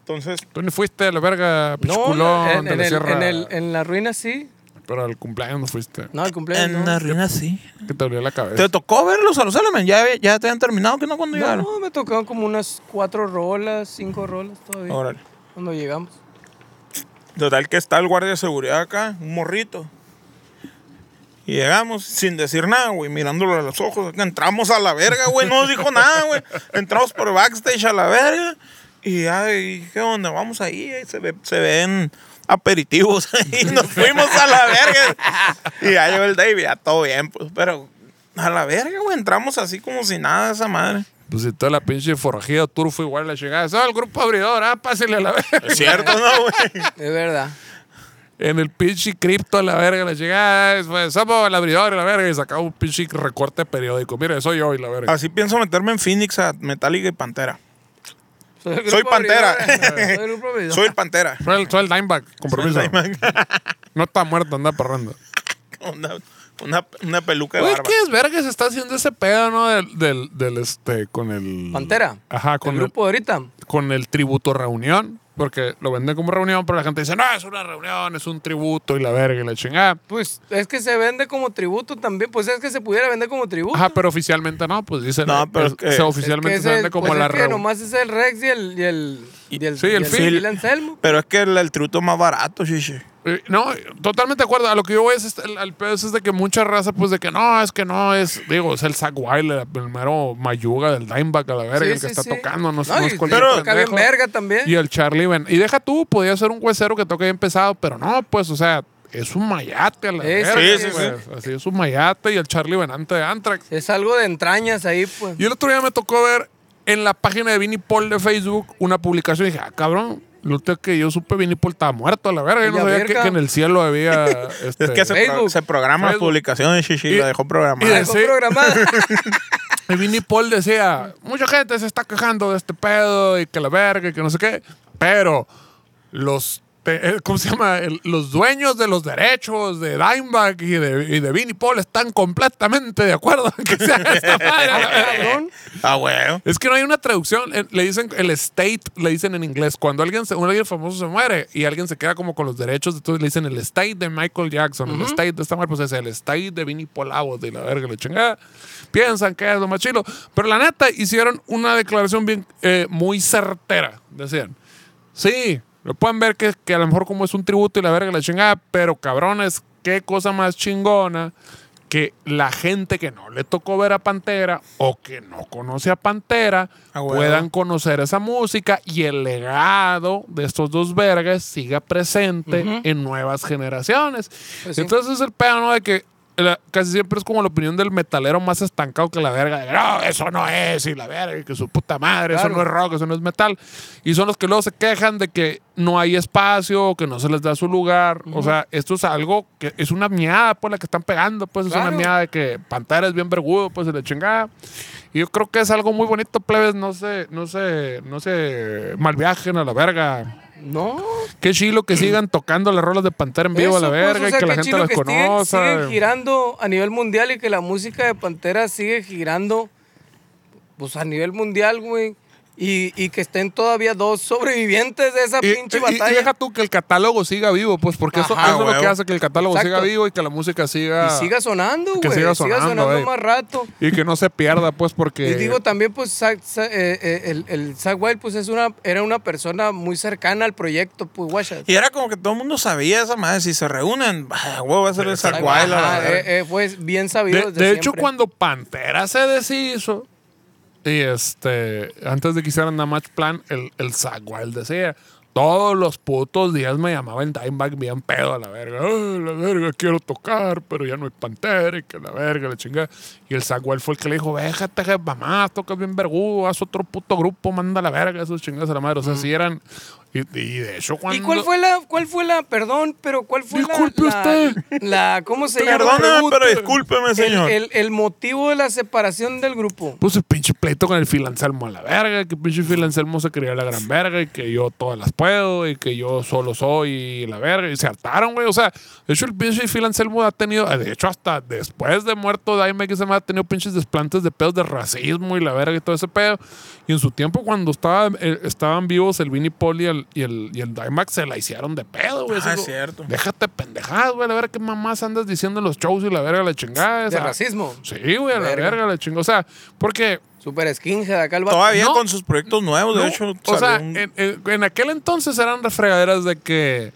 [SPEAKER 1] Entonces,
[SPEAKER 2] Tú ni fuiste a la verga, pinche
[SPEAKER 3] No,
[SPEAKER 2] Pues, culón,
[SPEAKER 3] en,
[SPEAKER 2] de
[SPEAKER 3] en
[SPEAKER 2] la
[SPEAKER 3] el-
[SPEAKER 2] sierra.
[SPEAKER 3] en el- en la ruina sí.
[SPEAKER 2] Pero al cumpleaños no fuiste.
[SPEAKER 3] No, el cumpleaños.
[SPEAKER 1] en
[SPEAKER 3] no.
[SPEAKER 1] la ruina sí.
[SPEAKER 2] Que te olvidó la cabeza.
[SPEAKER 1] ¿Te tocó verlos a los Element? ¿Ya, ya te han terminado? ¿Que no cuando
[SPEAKER 3] No,
[SPEAKER 1] llegaron?
[SPEAKER 3] no, me tocaron como unas cuatro rolas, cinco rolas todavía.
[SPEAKER 1] Órale.
[SPEAKER 3] Cuando llegamos.
[SPEAKER 1] Total que está el guardia de seguridad acá, un morrito. Y llegamos sin decir nada, güey, mirándolo a los ojos. Entramos a la verga, güey, no nos dijo nada, güey. Entramos por backstage a la verga. Y ay, ¿qué onda? Vamos ahí, ahí se, ve- se ven aperitivos [LAUGHS] ahí. Nos fuimos a la verga. Y ya llegó el Dave, ya todo bien, pues. Pero a la verga, güey, entramos así como si nada esa madre.
[SPEAKER 2] Pues si toda la pinche forrajida turfo igual la llegada. Ah, el grupo abridor, ah, pásale a la verga. [LAUGHS]
[SPEAKER 1] Es cierto, [LAUGHS] ¿no, güey?
[SPEAKER 3] Es verdad.
[SPEAKER 2] En el pinche cripto a la verga la llegada. ah, Pues, somos el abridor a la verga. Y sacaba un pinche recorte periódico. Mira, soy yo y la
[SPEAKER 3] Ah,
[SPEAKER 2] verga.
[SPEAKER 1] Así pienso meterme en Phoenix a Metallica y Pantera.
[SPEAKER 3] Soy, el
[SPEAKER 1] Soy
[SPEAKER 3] grupo
[SPEAKER 1] Pantera.
[SPEAKER 3] abridor. [LAUGHS] Soy el grupo abridor.
[SPEAKER 1] Soy el Pantera.
[SPEAKER 2] Soy el, soy el lineback, con permiso.
[SPEAKER 1] Una,
[SPEAKER 2] [LAUGHS] No está muerto, anda
[SPEAKER 3] [LAUGHS]
[SPEAKER 2] parrando.
[SPEAKER 1] [LAUGHS] una, una peluca de
[SPEAKER 2] Güey,
[SPEAKER 1] barba.
[SPEAKER 2] ¿qué es verga? Se está haciendo ese pedo, ¿no? Del, del, del, este, con el.
[SPEAKER 3] Pantera.
[SPEAKER 2] Ajá, con
[SPEAKER 3] el
[SPEAKER 2] el,
[SPEAKER 3] grupo de ahorita.
[SPEAKER 2] con el tributo reunión. Porque lo venden como reunión, pero la gente dice, no, es una reunión, es un tributo y la verga y la chingada.
[SPEAKER 3] Pues es que se vende como tributo también. Pues es que se pudiera vender como tributo.
[SPEAKER 2] Ajá, pero oficialmente no, pues dicen.
[SPEAKER 1] No, pero es que-
[SPEAKER 2] se
[SPEAKER 3] Es
[SPEAKER 2] oficialmente
[SPEAKER 3] que es
[SPEAKER 2] se vende
[SPEAKER 3] el-
[SPEAKER 2] como
[SPEAKER 3] pues
[SPEAKER 2] la
[SPEAKER 3] es que
[SPEAKER 2] reunión.
[SPEAKER 3] nomás es el Rex y el. Y el, y el
[SPEAKER 2] Sí, el
[SPEAKER 3] y
[SPEAKER 2] Phil.
[SPEAKER 3] Phil Anselmo.
[SPEAKER 1] Pero es que el, el truto es más barato, chiche.
[SPEAKER 2] Eh, No, totalmente de acuerdo. A lo que yo voy es, este- al al pedo es de que mucha raza, pues de que no, es que no es, digo, es el Zack Wilder, el mero Mayuga del Dimebag a la verga,
[SPEAKER 3] Sí,
[SPEAKER 2] el que
[SPEAKER 3] sí,
[SPEAKER 2] está
[SPEAKER 3] sí.
[SPEAKER 2] tocando, no, sé,
[SPEAKER 3] No,
[SPEAKER 2] no
[SPEAKER 3] y-
[SPEAKER 2] es cualquier
[SPEAKER 1] pero-
[SPEAKER 3] Toca bien
[SPEAKER 2] pendejo.
[SPEAKER 3] verga también.
[SPEAKER 2] Y el Charlie Ben. Y deja tú, podía ser un huesero que toque bien pesado, pero no, pues, o sea, es un mayate a la
[SPEAKER 3] Sí,
[SPEAKER 2] verga.
[SPEAKER 1] sí, sí,
[SPEAKER 2] pues. Así es un mayate y el Charlie Benante de Anthrax.
[SPEAKER 3] Es algo de entrañas ahí, pues.
[SPEAKER 2] Y el otro día me tocó ver en la página de Vinnie Paul de Facebook una publicación y dije, ah, cabrón, lo último que yo supe, Vinnie Paul estaba muerto a la verga. Yo no
[SPEAKER 3] Y la
[SPEAKER 2] sabía que,
[SPEAKER 3] verga.
[SPEAKER 2] que en el cielo había. este,
[SPEAKER 1] [LAUGHS] Es que se, pro-
[SPEAKER 3] Facebook.
[SPEAKER 1] se programa
[SPEAKER 2] Facebook.
[SPEAKER 1] publicaciones, chiche, y
[SPEAKER 2] Y-
[SPEAKER 1] la dejó
[SPEAKER 2] y
[SPEAKER 1] programada.
[SPEAKER 2] de-
[SPEAKER 3] Algo
[SPEAKER 2] sí. [LAUGHS]
[SPEAKER 3] programado.
[SPEAKER 2] Y Vinnie Paul decía, mucha gente se está quejando de este pedo y que la verga y que no sé qué, pero los te- eh, ¿Cómo se llama? El- los dueños de los derechos de Dimebag y de, y de Vinnie Paul están completamente de acuerdo en que se haga esta madre. a la verga.
[SPEAKER 1] Ah, huevo.
[SPEAKER 2] Es que no hay una traducción. Eh, Le dicen el estate, le dicen en inglés. Cuando alguien, se- un alguien famoso se muere y alguien se queda como con los derechos, entonces le dicen el estate de Michael Jackson, el estate de esta mujer, pues es el estate de Vinnie Polavo, de la verga, la chingada. Piensan que es lo más chilo. Pero la neta, hicieron una declaración bien, eh, muy certera. Decían, sí, lo pueden ver que, que a lo mejor como es un tributo y la verga, la chingada, pero cabrones, qué cosa más chingona que la gente que no le tocó ver a Pantera o que no conoce a Pantera
[SPEAKER 1] Ah, huevo.
[SPEAKER 2] puedan conocer esa música y el legado de estos dos vergas siga presente en nuevas generaciones.
[SPEAKER 3] Pues sí.
[SPEAKER 2] Entonces es el pedo, ¿no? De que la- casi siempre es como la opinión del metalero más estancado que la verga. de, no, eso no es, y la verga, y que su puta madre, eso
[SPEAKER 3] Claro.
[SPEAKER 2] no es rock, eso no es metal. Y son los que luego se quejan de que no hay espacio, que no se les da su lugar. O sea, esto es algo que es una miada, pues, la que están pegando, pues, es
[SPEAKER 3] Claro.
[SPEAKER 2] una miada de que Pantera es bien vergudo, pues, se le chingada. Y yo creo que es algo muy bonito, plebes, no se, no se, no se malviajen a la verga.
[SPEAKER 3] No.
[SPEAKER 2] Qué chilo que sigan tocando las rolas de Pantera en vivo a la
[SPEAKER 3] Eso, pues,
[SPEAKER 2] verga
[SPEAKER 3] o sea,
[SPEAKER 2] y que la
[SPEAKER 3] qué
[SPEAKER 2] gente
[SPEAKER 3] chido
[SPEAKER 2] las
[SPEAKER 3] que siguen- Siguen
[SPEAKER 2] conozca.
[SPEAKER 3] girando a nivel mundial y que la música de Pantera sigue girando pues a nivel mundial, güey. Y, y que estén todavía dos sobrevivientes de esa
[SPEAKER 2] Y,
[SPEAKER 3] pinche
[SPEAKER 2] y- y
[SPEAKER 3] batalla.
[SPEAKER 2] deja tú que el catálogo siga vivo, pues, porque eso,
[SPEAKER 3] Ajá,
[SPEAKER 2] eso es lo que
[SPEAKER 1] huevo.
[SPEAKER 2] hace que el catálogo
[SPEAKER 3] Exacto.
[SPEAKER 2] siga vivo y que la música siga.
[SPEAKER 3] Y siga sonando, güey.
[SPEAKER 2] Que siga sonando, ey.
[SPEAKER 3] más rato.
[SPEAKER 2] y que no se pierda, pues, porque.
[SPEAKER 3] Y digo también, pues, Zack- Zack- eh, eh, el, el Zack Wild, pues, es una, era una persona muy cercana al proyecto, pues, guacha.
[SPEAKER 1] Y era como que todo el mundo sabía esa madre. Si se reúnen, ah, huevo, va a ser el
[SPEAKER 3] Ajá,
[SPEAKER 1] sacuay, la verdad.
[SPEAKER 3] eh, eh, pues, bien sabido
[SPEAKER 2] de,
[SPEAKER 3] desde
[SPEAKER 2] de hecho,
[SPEAKER 3] siempre.
[SPEAKER 2] cuando Pantera se deshizo, y este, antes de que hicieran la Match Plan, el, el Zack Wild decía. Todos los putos días me llamaba en Dimebag bien pedo a la verga. "Ay, la verga, quiero tocar, pero ya no hay pantera y que la verga, la chingada. Y el Zack Wild fue el que le dijo, déjate, jefa, mamá, tocas bien vergudo, haz otro puto grupo, manda a la verga, esos chingados a la madre. O sea, si eran... Y, y de hecho, cuando...
[SPEAKER 3] ¿Y cuál fue la, cuál fue la, perdón, pero cuál fue la-
[SPEAKER 2] Disculpe
[SPEAKER 3] la...
[SPEAKER 2] usted.
[SPEAKER 3] La, ¿cómo se llama?
[SPEAKER 1] Perdóname,
[SPEAKER 2] pregunta.
[SPEAKER 1] pero discúlpeme,
[SPEAKER 3] El,
[SPEAKER 1] señor.
[SPEAKER 3] el- el motivo de la separación del grupo.
[SPEAKER 2] Pues el pinche pleito con el Phil Anselmo a la verga, que pinche Phil Anselmo se creía la gran verga y que yo todas las puedo y que yo solo soy y la verga. Y se hartaron, güey. O sea, de hecho el pinche Phil Anselmo ha tenido, de hecho hasta después de muerto Daime que se me ha tenido pinches desplantes de pedos de racismo y la verga y todo ese pedo. Y en su tiempo cuando estaba, eh, estaban vivos el Vinny Paul y el, y el, y el Dimebag, se la hicieron de pedo, güey.
[SPEAKER 1] Ah,
[SPEAKER 2] Así
[SPEAKER 1] es
[SPEAKER 2] como,
[SPEAKER 1] cierto.
[SPEAKER 2] Déjate pendejadas, güey. La verga, qué mamás andas diciendo en los shows y la verga, la chingada.
[SPEAKER 3] De
[SPEAKER 2] esa-
[SPEAKER 3] racismo.
[SPEAKER 2] Sí, güey, a la
[SPEAKER 3] Verga.
[SPEAKER 2] verga, la chingo. O sea, porque.
[SPEAKER 3] Super skinhead acá el vato.
[SPEAKER 1] Todavía
[SPEAKER 2] no.
[SPEAKER 1] con sus proyectos nuevos, de
[SPEAKER 2] no,
[SPEAKER 1] hecho.
[SPEAKER 2] o sea,
[SPEAKER 1] salió un-
[SPEAKER 2] en, en- en aquel entonces eran refregaderas de que.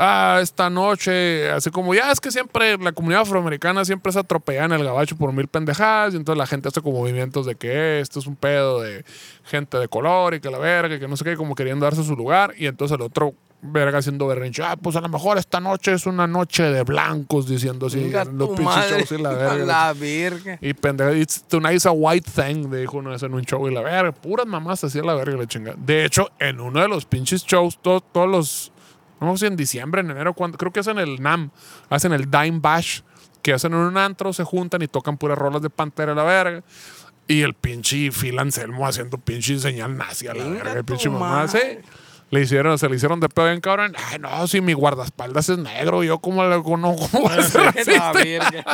[SPEAKER 2] Ah, esta noche, así como ya es que siempre la comunidad afroamericana siempre se atropella en el gabacho por mil pendejadas, y entonces la gente hace como movimientos de que esto es un pedo de gente de color y que la verga, y que no sé qué, como queriendo darse su lugar, y entonces el otro verga haciendo berrinche, ah, pues a lo mejor esta noche es una noche de blancos, diciendo así,
[SPEAKER 3] Venga
[SPEAKER 2] en los
[SPEAKER 3] tu
[SPEAKER 2] pinches
[SPEAKER 3] madre.
[SPEAKER 2] shows y la verga.
[SPEAKER 3] [LAUGHS] A la virgen.
[SPEAKER 2] Y pendeja, it's, tonight's a white thing, le dijo una vez en un show y la verga, puras mamás hacía la verga y la chinga. De hecho, en uno de los pinches shows, to- todos los, no sé si en diciembre, en enero, cuando, creo que hacen el NAM, hacen el Dime Bash, que hacen en un antro, se juntan y tocan puras rolas de pantera a la verga. Y el pinche Phil Anselmo haciendo pinche señal nazi a la
[SPEAKER 3] Venga
[SPEAKER 2] verga, el
[SPEAKER 3] tu
[SPEAKER 2] pinche mamá, sí.
[SPEAKER 3] madre.
[SPEAKER 2] Le hicieron, se le hicieron de pedo bien cabrón. Ay, no, si mi guardaespaldas es negro, yo como le conozco. ¿cómo
[SPEAKER 3] [LAUGHS]
[SPEAKER 2] voy a ser
[SPEAKER 3] A la
[SPEAKER 2] [LAUGHS] racista?"
[SPEAKER 3] virgen.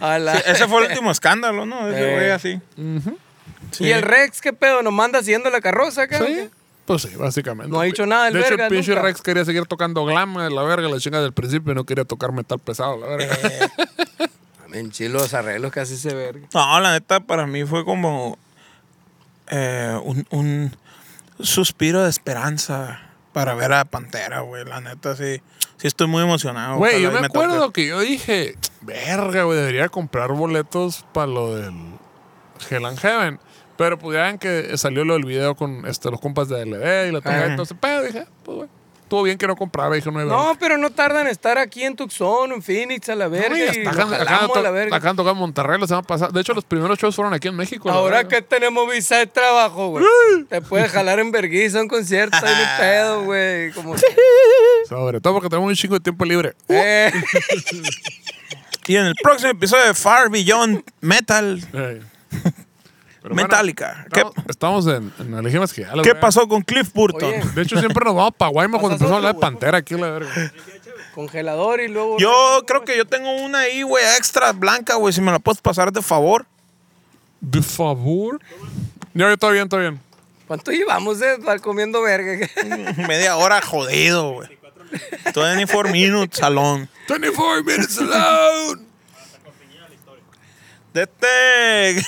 [SPEAKER 3] A la-
[SPEAKER 1] Sí,
[SPEAKER 2] [LAUGHS]
[SPEAKER 1] ese fue el último escándalo, ¿no? Ese
[SPEAKER 3] Eh.
[SPEAKER 1] güey así.
[SPEAKER 3] ¿Y el Rex qué pedo? ¿Nos manda siguiendo la carroza acá? o
[SPEAKER 2] Sí.
[SPEAKER 3] qué?
[SPEAKER 2] Pues sí, básicamente.
[SPEAKER 3] No ha dicho nada el
[SPEAKER 2] De hecho,
[SPEAKER 3] verga
[SPEAKER 2] el pinche
[SPEAKER 3] nunca.
[SPEAKER 2] Rex quería seguir tocando glam de la verga, la chinga del principio, y no quería tocar metal pesado, la
[SPEAKER 1] [LAUGHS]
[SPEAKER 2] verga.
[SPEAKER 3] Amén, chilo, los arreglos casi se verga.
[SPEAKER 1] No, la neta, para mí fue como eh, un, un suspiro de esperanza para ver a Pantera, güey. La neta, sí. Sí, estoy muy emocionado.
[SPEAKER 2] Güey, yo
[SPEAKER 1] Ojalá y
[SPEAKER 2] me
[SPEAKER 1] toque.
[SPEAKER 2] acuerdo que yo dije, verga, güey, debería comprar boletos para lo del Hell and Heaven. Pero pues ya ven que salió lo del video con este, los compas de LD y la toca
[SPEAKER 1] Ajá.
[SPEAKER 2] entonces, pero dije, pues güey, estuvo bien que no comprara, dije, no hay
[SPEAKER 3] No,
[SPEAKER 2] bronca.
[SPEAKER 3] pero no tardan en estar aquí en Tucson, en Phoenix, a la verga.
[SPEAKER 2] güey,
[SPEAKER 3] y
[SPEAKER 2] hasta
[SPEAKER 3] lo
[SPEAKER 2] acá, acá,
[SPEAKER 3] jalamos a la verga.
[SPEAKER 2] acá han tocado en Monterrey la semana pasada. De hecho, los primeros shows fueron aquí en México. la
[SPEAKER 3] Ahora
[SPEAKER 2] verga.
[SPEAKER 3] que tenemos visa de trabajo, güey. Te puedes jalar en vergüenza un concierto y [LAUGHS] un pedo, güey. Como...
[SPEAKER 2] Sobre todo porque tenemos un chingo de tiempo libre.
[SPEAKER 3] Eh,
[SPEAKER 1] [LAUGHS] Y en el próximo episodio de Far Beyond Metal.
[SPEAKER 2] Ey. Pero
[SPEAKER 1] Metallica.
[SPEAKER 2] bueno, estamos, estamos en, en elegimos que ya la
[SPEAKER 1] ¿Qué
[SPEAKER 2] verga.
[SPEAKER 1] pasó con Cliff Burton?
[SPEAKER 3] Oye.
[SPEAKER 2] De hecho, siempre nos vamos para
[SPEAKER 1] [LAUGHS]
[SPEAKER 2] Guaymas cuando
[SPEAKER 3] Pasas
[SPEAKER 2] empezamos a hablar de
[SPEAKER 3] otro, güey.
[SPEAKER 2] Pantera aquí, la verga.
[SPEAKER 3] Congelador y luego.
[SPEAKER 1] Yo creo que yo tengo una ahí, güey, extra blanca, güey. Si me la puedes pasar de favor. [LAUGHS]
[SPEAKER 2] De favor. No, yo todo bien, todo bien.
[SPEAKER 3] ¿Cuánto llevamos de estar comiendo verga?
[SPEAKER 1] Media hora jodido, güey. 24 minutes salón.
[SPEAKER 2] 24 minutes alone.
[SPEAKER 1] De [LAUGHS] este.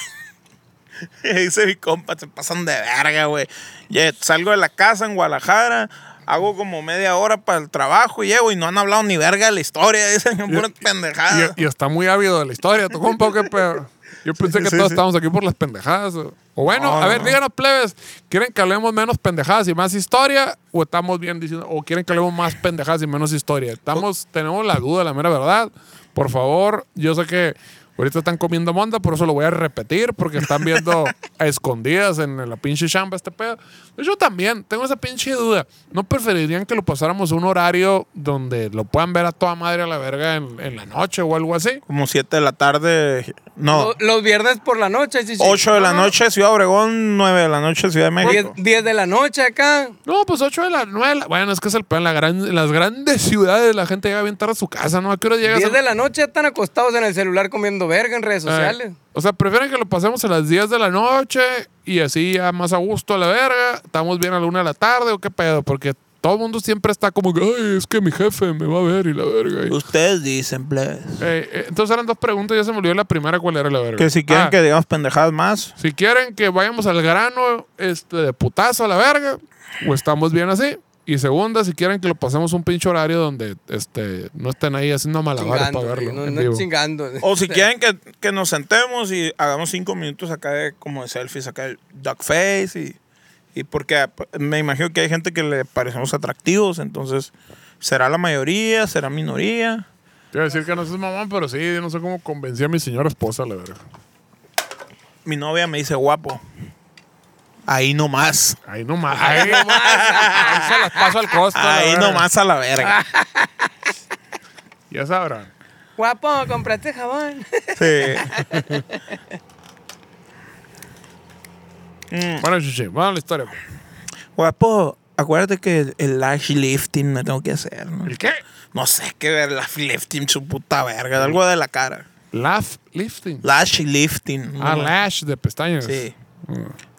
[SPEAKER 1] Dice mi compa, se pasan de verga, güey. Ya salgo de la casa en Guadalajara, hago como media hora para el trabajo y llego y no han hablado ni verga de la historia. [LAUGHS] Dicen, pura pendejada.
[SPEAKER 2] Y, y está muy ávido de la historia, tu compa, qué pedo. Yo pensé que
[SPEAKER 1] sí,
[SPEAKER 2] todos
[SPEAKER 1] sí.
[SPEAKER 2] estábamos aquí por las pendejadas. O o bueno,
[SPEAKER 1] No,
[SPEAKER 2] a ver,
[SPEAKER 1] no.
[SPEAKER 2] díganos, plebes, ¿quieren que hablemos menos pendejadas y más historia? ¿O estamos bien diciendo, o quieren que hablemos más pendejadas y menos historia? Estamos, tenemos la duda, la mera verdad. Por favor, yo sé que ahorita están comiendo monda, por eso lo voy a repetir, porque están viendo
[SPEAKER 1] [LAUGHS]
[SPEAKER 2] a escondidas en la pinche chamba este pedo. Yo también tengo esa pinche duda. ¿No preferirían que lo pasáramos a un horario donde lo puedan ver a toda madre a la verga en, en la noche o algo así?
[SPEAKER 1] Como 7 de la tarde. No,
[SPEAKER 3] Lo- [LAUGHS] Los viernes por la noche, chichi.
[SPEAKER 1] 8 de la noche, Ciudad Obregón, 9 de la noche, Ciudad de México.
[SPEAKER 3] 10 de la noche acá.
[SPEAKER 2] No, pues 8 de la 9. Bueno, es que es el pedo. En, la gran- en las grandes [LAUGHS] ciudades la gente llega bien tarde a su casa, ¿no? ¿A qué hora llegas?
[SPEAKER 3] 10
[SPEAKER 2] a-
[SPEAKER 3] de la noche ya están acostados en el celular comiendo verga en redes
[SPEAKER 2] Eh,
[SPEAKER 3] sociales.
[SPEAKER 2] o sea, prefieren que lo pasemos a las 10 de la noche y así ya más a gusto a la verga. Estamos bien a la 1 de la tarde o qué pedo, porque todo el mundo siempre está como que, ay, es que mi jefe me va a ver y la verga.
[SPEAKER 3] Pues,
[SPEAKER 2] y-
[SPEAKER 1] Ustedes dicen, please.
[SPEAKER 2] Eh, eh, entonces eran dos preguntas, ya se me olvidó la primera, ¿cuál era la verga?
[SPEAKER 1] Que si quieren
[SPEAKER 2] Ah,
[SPEAKER 1] que digamos pendejadas más.
[SPEAKER 2] Si quieren que vayamos al grano este, de putazo a la verga, o estamos bien así. Y segunda, si quieren que lo pasemos un pinche horario donde este, no estén ahí haciendo malabares
[SPEAKER 3] Chingando.
[SPEAKER 2] para verlo.
[SPEAKER 3] no
[SPEAKER 2] en
[SPEAKER 3] no
[SPEAKER 2] vivo.
[SPEAKER 3] chingando.
[SPEAKER 2] [LAUGHS]
[SPEAKER 3] [LAUGHS]
[SPEAKER 1] O si quieren que, que nos sentemos y hagamos cinco minutos acá de, como de selfies, acá el duck face y, y porque me imagino que hay gente que le parecemos atractivos, entonces será la mayoría, será minoría.
[SPEAKER 2] Te iba a decir que no seas mamón, pero sí, no sé cómo convencí a mi señora esposa a la verga.
[SPEAKER 1] Mi novia me dice guapo. Ahí nomás.
[SPEAKER 2] Ahí nomás. Ahí nomás. ahí se las paso al costo. a la Ah.
[SPEAKER 1] Ahí
[SPEAKER 2] verga.
[SPEAKER 1] nomás a la verga.
[SPEAKER 2] Ya sabrán.
[SPEAKER 3] Guapo, compraste
[SPEAKER 2] [LAUGHS]
[SPEAKER 3] jabón.
[SPEAKER 1] Sí. [LAUGHS]
[SPEAKER 2] Bueno, chichi, vamos a la historia. pues.
[SPEAKER 1] Guapo, acuérdate que el lash lifting me tengo que hacer. ¿no?
[SPEAKER 2] ¿El qué?
[SPEAKER 1] No sé qué ver lash lifting, su puta verga, algo de la cara.
[SPEAKER 2] Laugh lifting.
[SPEAKER 1] Lash lifting.
[SPEAKER 2] Ah,
[SPEAKER 1] ¿no?
[SPEAKER 2] lash de pestañas.
[SPEAKER 1] Sí.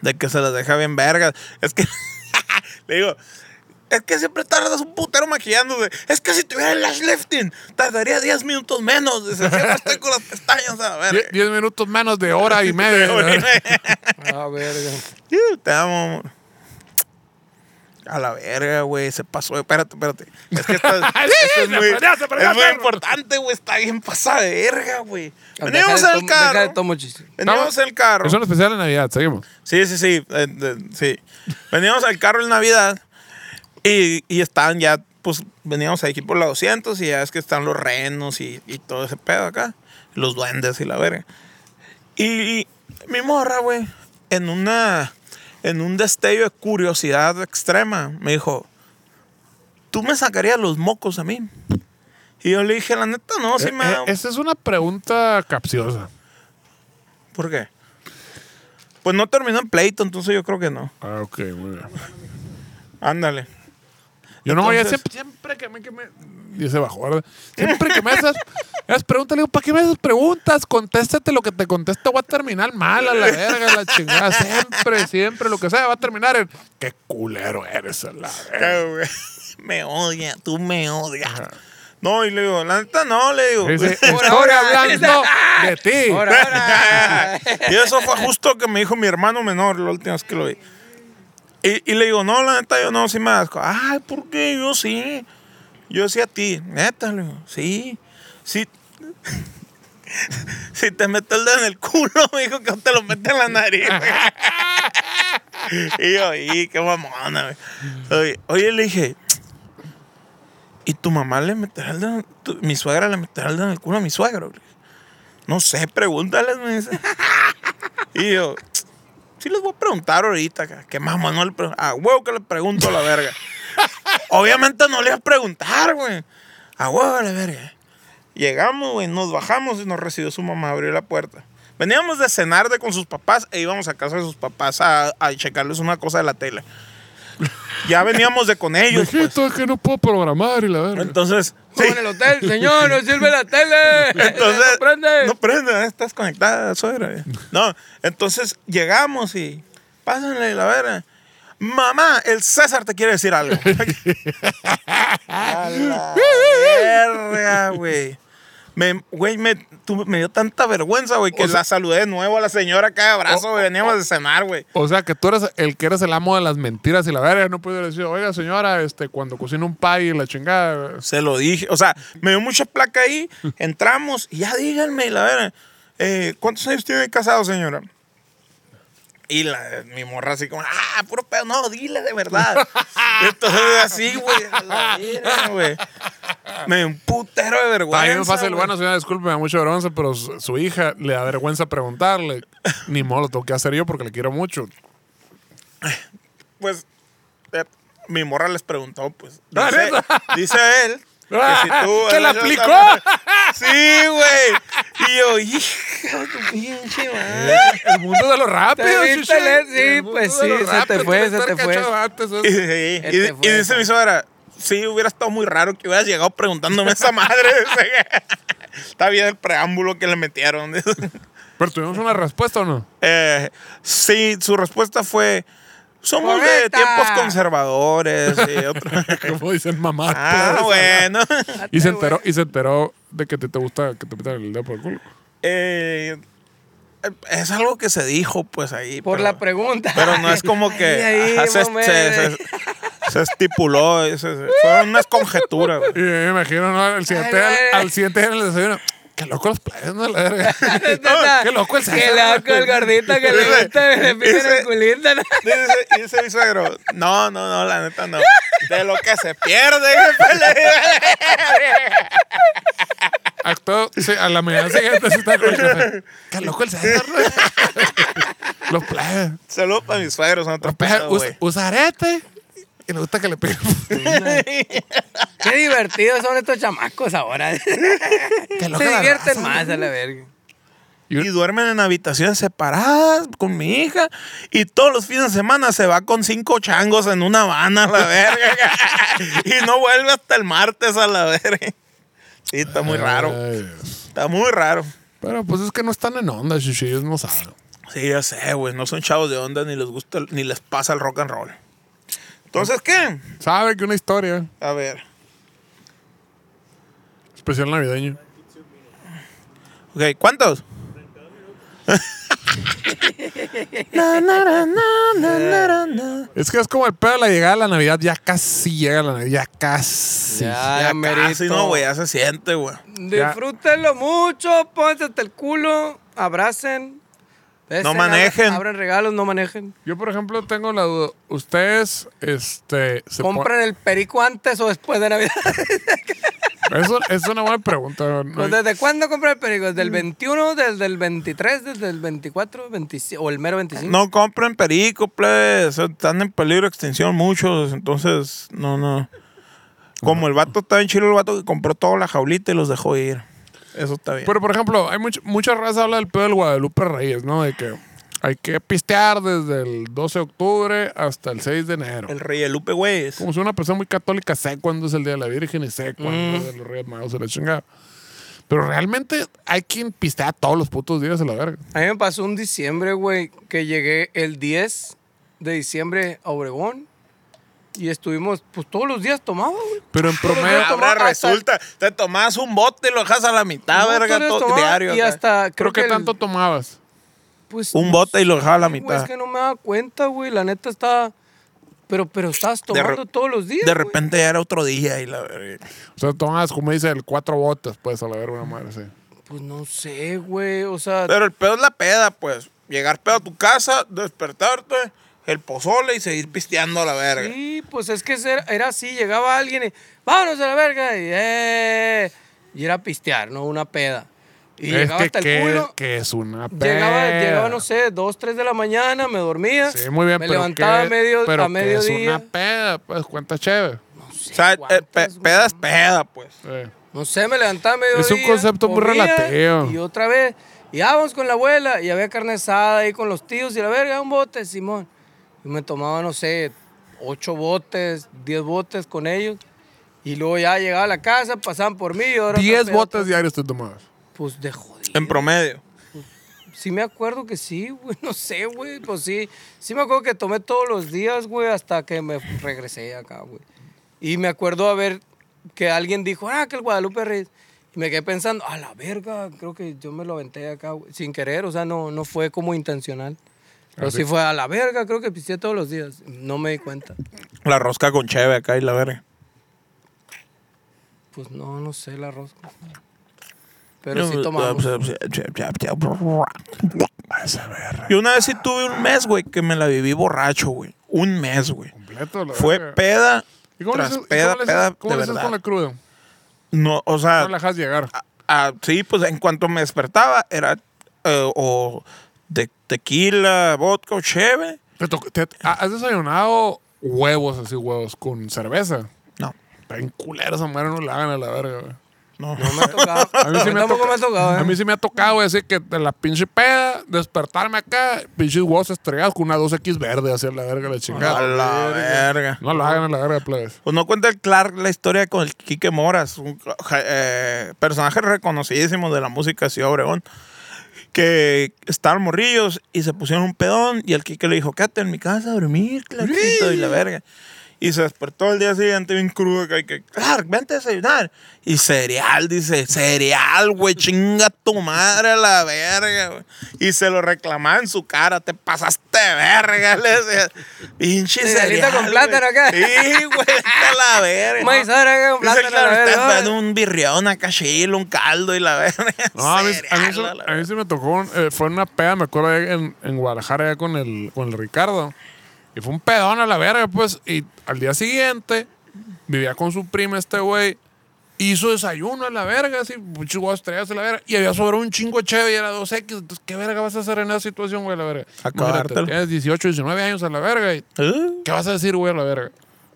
[SPEAKER 1] De que se las deja bien vergas. Es que. [LAUGHS] le digo. Es que siempre tardas un putero maquillándose. Es que si tuviera el lash lifting, tardaría 10 minutos menos. Dice, siempre estoy con las pestañas a
[SPEAKER 2] [LAUGHS]
[SPEAKER 1] ver.
[SPEAKER 2] Die- diez minutos menos [LAUGHS] de hora y media.
[SPEAKER 1] [LAUGHS]
[SPEAKER 3] Ah, verga.
[SPEAKER 1] Te amo. amor. A la verga, güey. Se pasó. Espérate, espérate. Es que
[SPEAKER 2] [LAUGHS]
[SPEAKER 1] esto, es- esto es
[SPEAKER 2] se
[SPEAKER 1] muy,
[SPEAKER 2] prendió, se prendió,
[SPEAKER 1] es muy
[SPEAKER 2] perro.
[SPEAKER 1] importante, güey. Está bien pasada de verga, güey. Venimos
[SPEAKER 3] Deja de
[SPEAKER 1] al
[SPEAKER 3] tom- deja de
[SPEAKER 1] carro.
[SPEAKER 3] tomo, chichi.
[SPEAKER 1] Venimos al carro.
[SPEAKER 2] Es un especial de Navidad, seguimos.
[SPEAKER 1] Sí, sí, sí. eh, de- sí. Veníamos al carro en Navidad y, y estaban ya, pues veníamos aquí por la 200 y ya es que están los renos y, y todo ese pedo acá. Los duendes y la verga. Y, y mi morra, güey, en una. En un destello de curiosidad extrema, me dijo: ¿Tú me sacarías los mocos a mí? Y yo le dije: La neta, no, sí me.
[SPEAKER 2] Eh,
[SPEAKER 1] da-
[SPEAKER 2] eh, esa es una pregunta capciosa.
[SPEAKER 1] ¿Por qué? Pues no terminó en pleito, entonces yo creo que no.
[SPEAKER 2] Ah, ok, muy bien.
[SPEAKER 1] Ándale.
[SPEAKER 2] Yo no voy a
[SPEAKER 1] Entonces-
[SPEAKER 2] siempre, siempre que me, que me- Y se bajó, ¿verdad? Siempre que me haces [LAUGHS] esas preguntas, le digo, ¿para qué me haces preguntas? Contéstate lo que te contesto, va a terminar mal a la verga, a la chingada. Siempre, siempre, lo que sea, va a terminar en. Qué culero eres a la verga.
[SPEAKER 1] Ah, güey. [LAUGHS] me odia, tú me odias. No, y le digo, la neta no, le digo.
[SPEAKER 2] Dice,
[SPEAKER 3] Ahora,
[SPEAKER 2] estoy
[SPEAKER 3] ahora.
[SPEAKER 2] hablando de ti.
[SPEAKER 3] Ahora,
[SPEAKER 2] [LAUGHS]
[SPEAKER 3] ahora.
[SPEAKER 1] [LAUGHS] y eso fue justo que me dijo mi hermano menor la última vez que lo vi. Y, y le digo, no, la neta, yo no, sí me asco. Ay, ¿por qué? Yo sí. Yo sí a ti. Neta, le digo, sí. Sí. [LAUGHS] Si te meto el dedo en el culo, [LAUGHS] me dijo que te lo mete en la nariz. [LAUGHS] y yo, y qué mamona, güey. Oye, oye, le dije, ¿y tu mamá le meterá el dedo? tu- mi suegra le meterá el dedo en el culo a mi suegro. Le dije, No sé, pregúntales, me dice. y yo, sí les voy a preguntar ahorita, ca- que mamá no le pregunto. A huevo que le pregunto a la verga. Obviamente no le iba a preguntar, güey. A huevo a la verga. Llegamos, güey, nos bajamos y nos recibió su mamá, abrió la puerta. Veníamos de cenar de con sus papás e íbamos a casa de sus papás a, a checarles una cosa de la tele. Ya veníamos de con ellos. pues.
[SPEAKER 2] Mijito, es que no puedo programar y la verdad.
[SPEAKER 1] Entonces, sí.
[SPEAKER 3] Como en el hotel, señor, no sirve la tele.
[SPEAKER 1] Entonces,
[SPEAKER 3] no prende.
[SPEAKER 1] no prende, ¿eh? estás conectada, suegra. No, entonces llegamos y pásenle la verga. Mamá, el César te quiere
[SPEAKER 3] [LAUGHS]
[SPEAKER 1] decir algo. A la verga, güey. Me, güey, me, tu- me dio tanta vergüenza, güey, que la saludé de nuevo a la señora acá de abrazo, güey. Veníamos de cenar, güey.
[SPEAKER 2] O sea, que tú eres el que eres el amo de las mentiras y la verga. No puedo decir, oiga, señora, este, cuando cocina un pie y la chingada.
[SPEAKER 1] Se lo dije. O sea, me dio mucha placa ahí. Entramos y ya díganme, la verdad. eh, ¿Cuántos años tiene de casado, señora? Y la, mi morra así como, ah, puro pedo, no, dile de verdad.
[SPEAKER 2] [LAUGHS]
[SPEAKER 1] Entonces así, güey, a la verga, güey. Me dio un putero de vergüenza.
[SPEAKER 2] También me pasa el
[SPEAKER 1] güey.
[SPEAKER 2] bueno, señora, disculpe, me da mucha vergüenza, pero su, su hija le da vergüenza preguntarle. Ni modo, lo tengo que hacer yo porque le quiero mucho.
[SPEAKER 1] Pues, eh, mi morra les preguntó, pues.
[SPEAKER 2] Ah, [LAUGHS]
[SPEAKER 1] Dice,
[SPEAKER 2] ¿neta?
[SPEAKER 1] dice él. Que si tú,
[SPEAKER 2] Ah, ¡Que la aplicó!
[SPEAKER 1] Sí, güey. Y yo, hijo de tu pinche madre.
[SPEAKER 2] El mundo de lo rápido,
[SPEAKER 3] Te viste
[SPEAKER 2] chuche.
[SPEAKER 3] leer, sí,
[SPEAKER 2] El mundo
[SPEAKER 3] pues
[SPEAKER 2] de lo
[SPEAKER 3] sí, se te fue,
[SPEAKER 2] tuviste
[SPEAKER 3] se
[SPEAKER 2] que
[SPEAKER 3] te
[SPEAKER 2] haber
[SPEAKER 3] fue.
[SPEAKER 2] cachado antes ¿eh? eso.
[SPEAKER 1] [LAUGHS] Y,
[SPEAKER 3] Este
[SPEAKER 1] y-
[SPEAKER 3] fue
[SPEAKER 1] y dice
[SPEAKER 3] esa.
[SPEAKER 1] mi suegra, sí, hubiera estado muy raro que hubieras llegado preguntándome esa madre. [LAUGHS] Está bien el preámbulo que le metieron.
[SPEAKER 2] Pero tuvimos una respuesta o no?
[SPEAKER 1] [LAUGHS] Eh, sí, su respuesta fue, somos de
[SPEAKER 3] Correcta.
[SPEAKER 1] tiempos conservadores
[SPEAKER 3] [LAUGHS]
[SPEAKER 1] y otro.
[SPEAKER 2] Como dicen mamá.
[SPEAKER 1] ah, bueno.
[SPEAKER 2] Y
[SPEAKER 3] Eh,
[SPEAKER 2] se enteró, y se enteró de que te, te gusta que te metan el dedo por el culo.
[SPEAKER 1] Eh, es algo que se dijo, pues, ahí.
[SPEAKER 3] Por
[SPEAKER 1] pero-
[SPEAKER 3] la pregunta.
[SPEAKER 1] Pero no es como que
[SPEAKER 3] Ay, ahí,
[SPEAKER 1] ajá, se,
[SPEAKER 3] mamá. [LAUGHS]
[SPEAKER 1] se- se- se estipuló, se- se- fueron unas conjeturas. güey.
[SPEAKER 2] Y yo me imagino, ¿no? Al siguiente,
[SPEAKER 3] Ay, güey.
[SPEAKER 2] al, siguiente día en el desayuno. Qué loco los playas, ¿no? La
[SPEAKER 3] [LAUGHS]
[SPEAKER 2] verga. [LAUGHS] Ah, Qué loco el
[SPEAKER 3] Que
[SPEAKER 2] César.
[SPEAKER 3] loco el gordito que le gusta que le piquen el culito. [LAUGHS] ¿no?
[SPEAKER 1] Dice, dice mi suegro, no, no, no, la neta no. De lo que se pierde, [LAUGHS] jefe, le digo.
[SPEAKER 2] Actuó, sí, a la mañana siguiente se está con el café. [LAUGHS] Qué loco el César. ¿no? [LAUGHS] los playas.
[SPEAKER 1] Saludos para mis suegros, son otro
[SPEAKER 2] Usa,
[SPEAKER 1] pedo, güey.
[SPEAKER 2] usa arete. Y le gusta que [LAUGHS] le peguen.
[SPEAKER 3] Qué divertidos son estos chamacos ahora.
[SPEAKER 2] Qué loca
[SPEAKER 3] Se
[SPEAKER 2] la
[SPEAKER 3] divierten
[SPEAKER 2] raza,
[SPEAKER 3] más
[SPEAKER 2] ¿no?
[SPEAKER 3] a la verga.
[SPEAKER 1] Y duermen en habitaciones separadas con mi hija. Y todos los fines de semana se va con cinco changos en una habana a la verga. [LAUGHS] y no vuelve hasta el martes a la verga. Sí, está muy raro.
[SPEAKER 2] Ay,
[SPEAKER 1] Está muy raro.
[SPEAKER 2] Pero pues es que no están en onda, chichi, ellos no saben.
[SPEAKER 1] Sí, ya sé, güey. No son chavos de onda, ni les gusta, ni les pasa el rock and roll. Entonces, ¿qué?
[SPEAKER 2] Saben que una historia,
[SPEAKER 1] A ver.
[SPEAKER 2] especial navideño.
[SPEAKER 1] Ok,
[SPEAKER 3] [LAUGHS]
[SPEAKER 1] ¿cuántos? Na, na, na, na, na, na, na.
[SPEAKER 2] Es que es como el pedo de la llegada de la Navidad, ya casi llega la Navidad, ya casi.
[SPEAKER 3] Ya,
[SPEAKER 1] Ya
[SPEAKER 3] merito.
[SPEAKER 1] casi no, güey, ya se siente, güey.
[SPEAKER 3] Disfrútenlo mucho, pónganse hasta el culo, abracen. besen,
[SPEAKER 1] No manejen.
[SPEAKER 3] abra- Abran regalos, no manejen.
[SPEAKER 2] Yo, por ejemplo, tengo la duda. ¿Ustedes este, se pon-
[SPEAKER 3] Compren el perico antes o después de Navidad.
[SPEAKER 1] [LAUGHS]
[SPEAKER 2] Eso es una buena pregunta. ¿no?
[SPEAKER 3] [LAUGHS] Pues, ¿Desde cuándo compran el perico? ¿Desde el 21, desde el 23, desde el 24, 25 o el mero 25?
[SPEAKER 1] No compren perico, plebes. Están en peligro de extinción muchos, entonces, no, no. Como el vato está en Chile, el vato que compró toda la jaulita y los dejó ir. Eso está bien.
[SPEAKER 2] Pero, por ejemplo, hay mucha mucha raza habla del pedo del Guadalupe Reyes, ¿no? De que hay que pistear desde el 12 de octubre hasta el 6 de enero.
[SPEAKER 1] el rey de Lupe, güey. es-
[SPEAKER 2] Como soy una persona muy católica, sé cuándo es el Día de la Virgen y sé
[SPEAKER 3] Mm.
[SPEAKER 2] cuándo es el de los Reyes Magos y la chingada. Pero realmente hay quien pistea todos los putos días a la verga.
[SPEAKER 3] A mí me pasó un diciembre, güey, que llegué el 10 de diciembre a Obregón y estuvimos, pues todos los días tomaba, güey.
[SPEAKER 2] Pero en promedio...
[SPEAKER 3] tomó
[SPEAKER 1] Ahora
[SPEAKER 3] hasta-
[SPEAKER 1] resulta, te tomás un bote y lo dejas a la mitad,
[SPEAKER 3] No,
[SPEAKER 1] Ah, verga,
[SPEAKER 3] todos los
[SPEAKER 1] todo-
[SPEAKER 3] tomaba
[SPEAKER 1] diario.
[SPEAKER 3] Y
[SPEAKER 1] acá.
[SPEAKER 3] hasta creo
[SPEAKER 2] ¿Pero qué
[SPEAKER 3] que el-
[SPEAKER 2] tanto tomabas?
[SPEAKER 3] pues,
[SPEAKER 1] Un bote y lo dejaba a la
[SPEAKER 3] güey,
[SPEAKER 1] mitad.
[SPEAKER 3] es que no me daba cuenta, güey. La neta está. Pero, pero estás
[SPEAKER 1] re-
[SPEAKER 3] tomando todos los días.
[SPEAKER 1] De
[SPEAKER 3] güey.
[SPEAKER 1] repente ya era otro día y la verga.
[SPEAKER 2] O sea, tomabas, como dice, el cuatro botes, pues, a la verga, una madre, sí.
[SPEAKER 3] Pues no sé, güey. O sea,
[SPEAKER 1] Pero el pedo es la peda, pues. Llegar pedo a tu casa, despertarte, el pozole y seguir pisteando a la verga.
[SPEAKER 3] sí, pues es que era, era así. Llegaba alguien y. ¡Vámonos a la verga! Y, eh, y era pistear, ¿no? Una peda. Y
[SPEAKER 2] es
[SPEAKER 3] llegaba
[SPEAKER 2] que,
[SPEAKER 3] hasta el
[SPEAKER 2] que-
[SPEAKER 3] culo.
[SPEAKER 2] que es una peda.
[SPEAKER 3] Llegaba, llegaba, no sé, 2, 3 de la mañana, me dormía.
[SPEAKER 2] Sí, muy bien,
[SPEAKER 3] Me
[SPEAKER 2] pero
[SPEAKER 3] levantaba
[SPEAKER 2] que-
[SPEAKER 3] a, medio,
[SPEAKER 2] pero
[SPEAKER 3] a
[SPEAKER 2] que
[SPEAKER 3] mediodía.
[SPEAKER 2] es una peda, pues, cuánta chévere.
[SPEAKER 1] o sea, eh,
[SPEAKER 3] ¿cuántas,
[SPEAKER 1] pe-
[SPEAKER 3] güey?
[SPEAKER 1] peda es peda, pues.
[SPEAKER 2] Sí.
[SPEAKER 3] No sé, me levantaba a mediodía.
[SPEAKER 2] Es un concepto muy
[SPEAKER 3] comía,
[SPEAKER 2] relativo.
[SPEAKER 3] Y otra vez. Y ah, vamos con la abuela. Y había carne asada ahí con los tíos y la verga, un bote, Simón. Y me tomaba, no sé, ocho botes, diez botes con ellos. Y luego ya llegaba a la casa, pasaban por mí y ahora...
[SPEAKER 2] 10
[SPEAKER 3] otra peda,
[SPEAKER 2] botes diarios te tomabas.
[SPEAKER 3] Pues de jodido.
[SPEAKER 1] En promedio.
[SPEAKER 3] Sí me acuerdo que sí, güey. [LAUGHS] No sé, güey. Pues sí. Sí me acuerdo que tomé todos los días, güey, hasta que me regresé acá, güey. Y me acuerdo a ver que alguien dijo, ah, que el Guadalupe Reyes. Y me quedé pensando, a la verga, creo que yo me lo aventé acá, güey. Sin querer, o sea, no, no fue como intencional. Pero sí fue a la verga, creo que pisé todos los días. No me di cuenta.
[SPEAKER 1] La rosca con cheve acá y la verga.
[SPEAKER 3] Pues no, no sé la rosca. Pero
[SPEAKER 1] pues,
[SPEAKER 2] pues,
[SPEAKER 3] sí tomamos.
[SPEAKER 2] ah,
[SPEAKER 1] Y una vez sí tuve un mes, güey, que me la viví borracho, güey. Un mes, güey.
[SPEAKER 2] Completo, la
[SPEAKER 1] Fue
[SPEAKER 2] verga.
[SPEAKER 1] peda
[SPEAKER 2] ¿Y cómo le
[SPEAKER 1] tras
[SPEAKER 2] haces- y
[SPEAKER 1] peda,
[SPEAKER 2] cómo le haces-
[SPEAKER 1] peda,
[SPEAKER 2] ¿Cómo
[SPEAKER 1] de
[SPEAKER 2] le haces con la
[SPEAKER 1] verdad.
[SPEAKER 2] cruda?
[SPEAKER 1] No, o
[SPEAKER 2] No
[SPEAKER 1] sea,
[SPEAKER 2] la dejas llegar.
[SPEAKER 1] ah, sí, pues en cuanto me despertaba era eh, o de tequila, vodka o cheve.
[SPEAKER 2] Te to- te- ha- ¿Has desayunado huevos así, huevos, con cerveza?
[SPEAKER 1] No,
[SPEAKER 2] Está en culero esa madre, no la hagan a la verga, güey.
[SPEAKER 1] no.
[SPEAKER 3] Me ha tocado.
[SPEAKER 2] [LAUGHS] A mí, sí me ha
[SPEAKER 3] tampoco
[SPEAKER 2] toca-
[SPEAKER 3] me ha tocado, ¿eh?
[SPEAKER 2] a mí sí me ha tocado, güey, así que de la pinche peda, despertarme acá, pinches huevos estrellados con una 2X verde, así a la verga, la
[SPEAKER 1] [LAUGHS] A
[SPEAKER 2] chingada.
[SPEAKER 1] la verga.
[SPEAKER 2] No la hagan a la verga, plebes.
[SPEAKER 1] Pues no cuenta el Clark la historia con el Quique Moras, un ja- eh, personaje reconocidísimo de la música de Ciudad Obregón, que estaban morrillos y se pusieron un pedón y el Quique le dijo, quédate en mi casa a dormir, Clarkito, y la verga. Y se despertó el día siguiente bien crudo, que, que Clark, vente a desayunar. Y cereal, dice, cereal, güey, chinga tu madre a la verga, güey. Y se lo reclamaba en su cara, te pasaste de verga, le decía, pinche
[SPEAKER 3] Cerealito
[SPEAKER 1] cereal.
[SPEAKER 3] con plátano
[SPEAKER 1] güey".
[SPEAKER 3] acá.
[SPEAKER 1] Sí, güey, vete a la
[SPEAKER 2] [LAUGHS]
[SPEAKER 1] verga.
[SPEAKER 3] Maizara, un
[SPEAKER 1] Dice
[SPEAKER 3] eh, plátano,
[SPEAKER 1] el
[SPEAKER 3] la
[SPEAKER 1] Clark,
[SPEAKER 3] verga,
[SPEAKER 1] estás
[SPEAKER 3] ¿no?
[SPEAKER 1] dando un birrión, una cachila, un caldo y la verga. [LAUGHS]
[SPEAKER 2] No, a mí, a mí
[SPEAKER 1] Cereal,
[SPEAKER 2] sí-
[SPEAKER 1] a la
[SPEAKER 2] a mí
[SPEAKER 1] verga.
[SPEAKER 2] sí me tocó, un- eh, fue una peda, me acuerdo, allá en, en Guadalajara, allá con el, con el Ricardo. Y fue un pedón a la verga, pues. Y al día siguiente, vivía con su prima este güey. Hizo desayuno a la verga, así, muchos huevos estrellados a la verga. Y había sobrado un chingo de cheve y era 2X. Entonces, ¿qué verga vas a hacer en esa situación, güey, a la verga? Mírate,
[SPEAKER 1] Acabártelo.
[SPEAKER 2] tienes 18, 19 años a la verga. Y,
[SPEAKER 1] Uh,
[SPEAKER 2] ¿Qué vas a decir, güey, a la verga?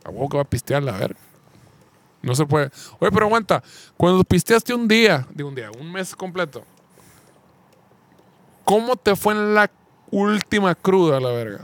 [SPEAKER 2] A huevo que va a pistear la verga. No se puede. Oye, pero aguanta. Cuando pisteaste un día, digo un día, un mes completo, ¿cómo te fue en la última cruda, la verga?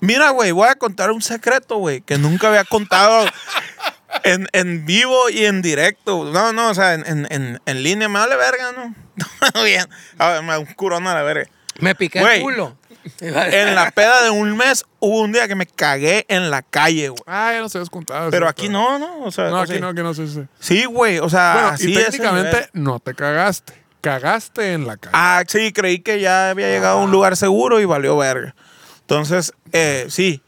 [SPEAKER 1] Mira, güey, voy a contar un secreto, güey, que nunca había contado [LAUGHS] en, en vivo y en directo. No, no, o sea, en, en, en, en línea me vale verga, ¿no? [LAUGHS] Todo Bien. A ver, me da un curón a la verga.
[SPEAKER 3] Me piqué
[SPEAKER 1] Güey.
[SPEAKER 3] el culo.
[SPEAKER 1] En la peda de un mes hubo un día que me cagué en la calle, güey.
[SPEAKER 2] Ah, ya no se habías contado.
[SPEAKER 1] Pero
[SPEAKER 2] sí,
[SPEAKER 1] aquí no, ¿no? O sea,
[SPEAKER 2] No, aquí
[SPEAKER 1] así.
[SPEAKER 2] no, aquí no, sí, sí.
[SPEAKER 1] Sí, güey, o sea,
[SPEAKER 2] Bueno,
[SPEAKER 1] así
[SPEAKER 2] y
[SPEAKER 1] es el
[SPEAKER 2] técnicamente
[SPEAKER 1] nivel.
[SPEAKER 2] no te cagaste. Cagaste en la calle.
[SPEAKER 1] Ah, sí, creí que ya había llegado a un lugar seguro y valió verga. Entonces, eh, sí.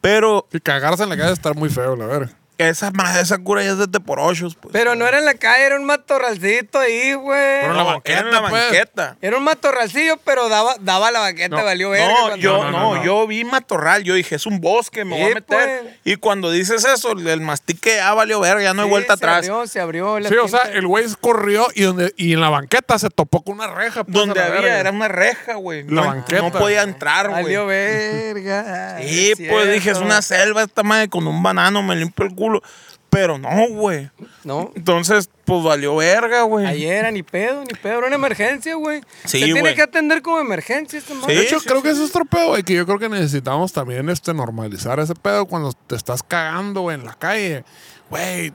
[SPEAKER 1] Pero
[SPEAKER 2] Que cagarse en la calle está muy feo, la verga.
[SPEAKER 1] esa, ma- esa cura ya es desde por ochos,
[SPEAKER 3] [LAUGHS]
[SPEAKER 1] pues.
[SPEAKER 3] Pero no era en la calle, era un matorralcito ahí,
[SPEAKER 2] Pero
[SPEAKER 3] güey.
[SPEAKER 2] la
[SPEAKER 1] No,
[SPEAKER 2] banqueta,
[SPEAKER 1] era en la
[SPEAKER 2] pues.
[SPEAKER 1] banqueta.
[SPEAKER 3] Era un matorralcillo, pero daba, daba la banqueta,
[SPEAKER 2] No,
[SPEAKER 3] valió verga. pues.
[SPEAKER 1] No,
[SPEAKER 3] cuando-
[SPEAKER 1] yo,
[SPEAKER 2] No,
[SPEAKER 1] no,
[SPEAKER 2] no, no.
[SPEAKER 1] yo vi matorral, yo dije, es un bosque, me voy a
[SPEAKER 3] Sí,
[SPEAKER 1] meter.
[SPEAKER 3] pues.
[SPEAKER 1] Y cuando dices eso, el mastique ya valió verga, ya no hay
[SPEAKER 3] Sí,
[SPEAKER 1] vuelta
[SPEAKER 3] se
[SPEAKER 1] atrás.
[SPEAKER 3] Abrió, se abrió. la
[SPEAKER 2] Sí, o sea,
[SPEAKER 3] pinta.
[SPEAKER 2] el güey corrió y, donde, y en la banqueta se topó con una reja. pues, a
[SPEAKER 1] Donde
[SPEAKER 2] la
[SPEAKER 1] había,
[SPEAKER 2] verga.
[SPEAKER 1] era una reja, güey.
[SPEAKER 2] La
[SPEAKER 1] no,
[SPEAKER 2] banqueta.
[SPEAKER 1] no podía entrar, güey.
[SPEAKER 3] Valió verga.
[SPEAKER 1] Sí,
[SPEAKER 3] es
[SPEAKER 1] pues dije, es
[SPEAKER 3] cierto.
[SPEAKER 1] una selva esta madre, con un banano me limpio el culo. Pero no, güey.
[SPEAKER 3] No.
[SPEAKER 1] Entonces, pues valió verga, güey.
[SPEAKER 3] Ahí era ni pedo, ni pedo, era una emergencia, güey.
[SPEAKER 1] Sí,
[SPEAKER 3] Se tiene
[SPEAKER 1] güey.
[SPEAKER 3] que atender como emergencia esta madre.
[SPEAKER 2] De hecho,
[SPEAKER 1] sí,
[SPEAKER 2] creo que ese es otro pedo, güey, que yo creo que necesitamos también este, normalizar ese pedo cuando te estás cagando güey, en la calle. Güey,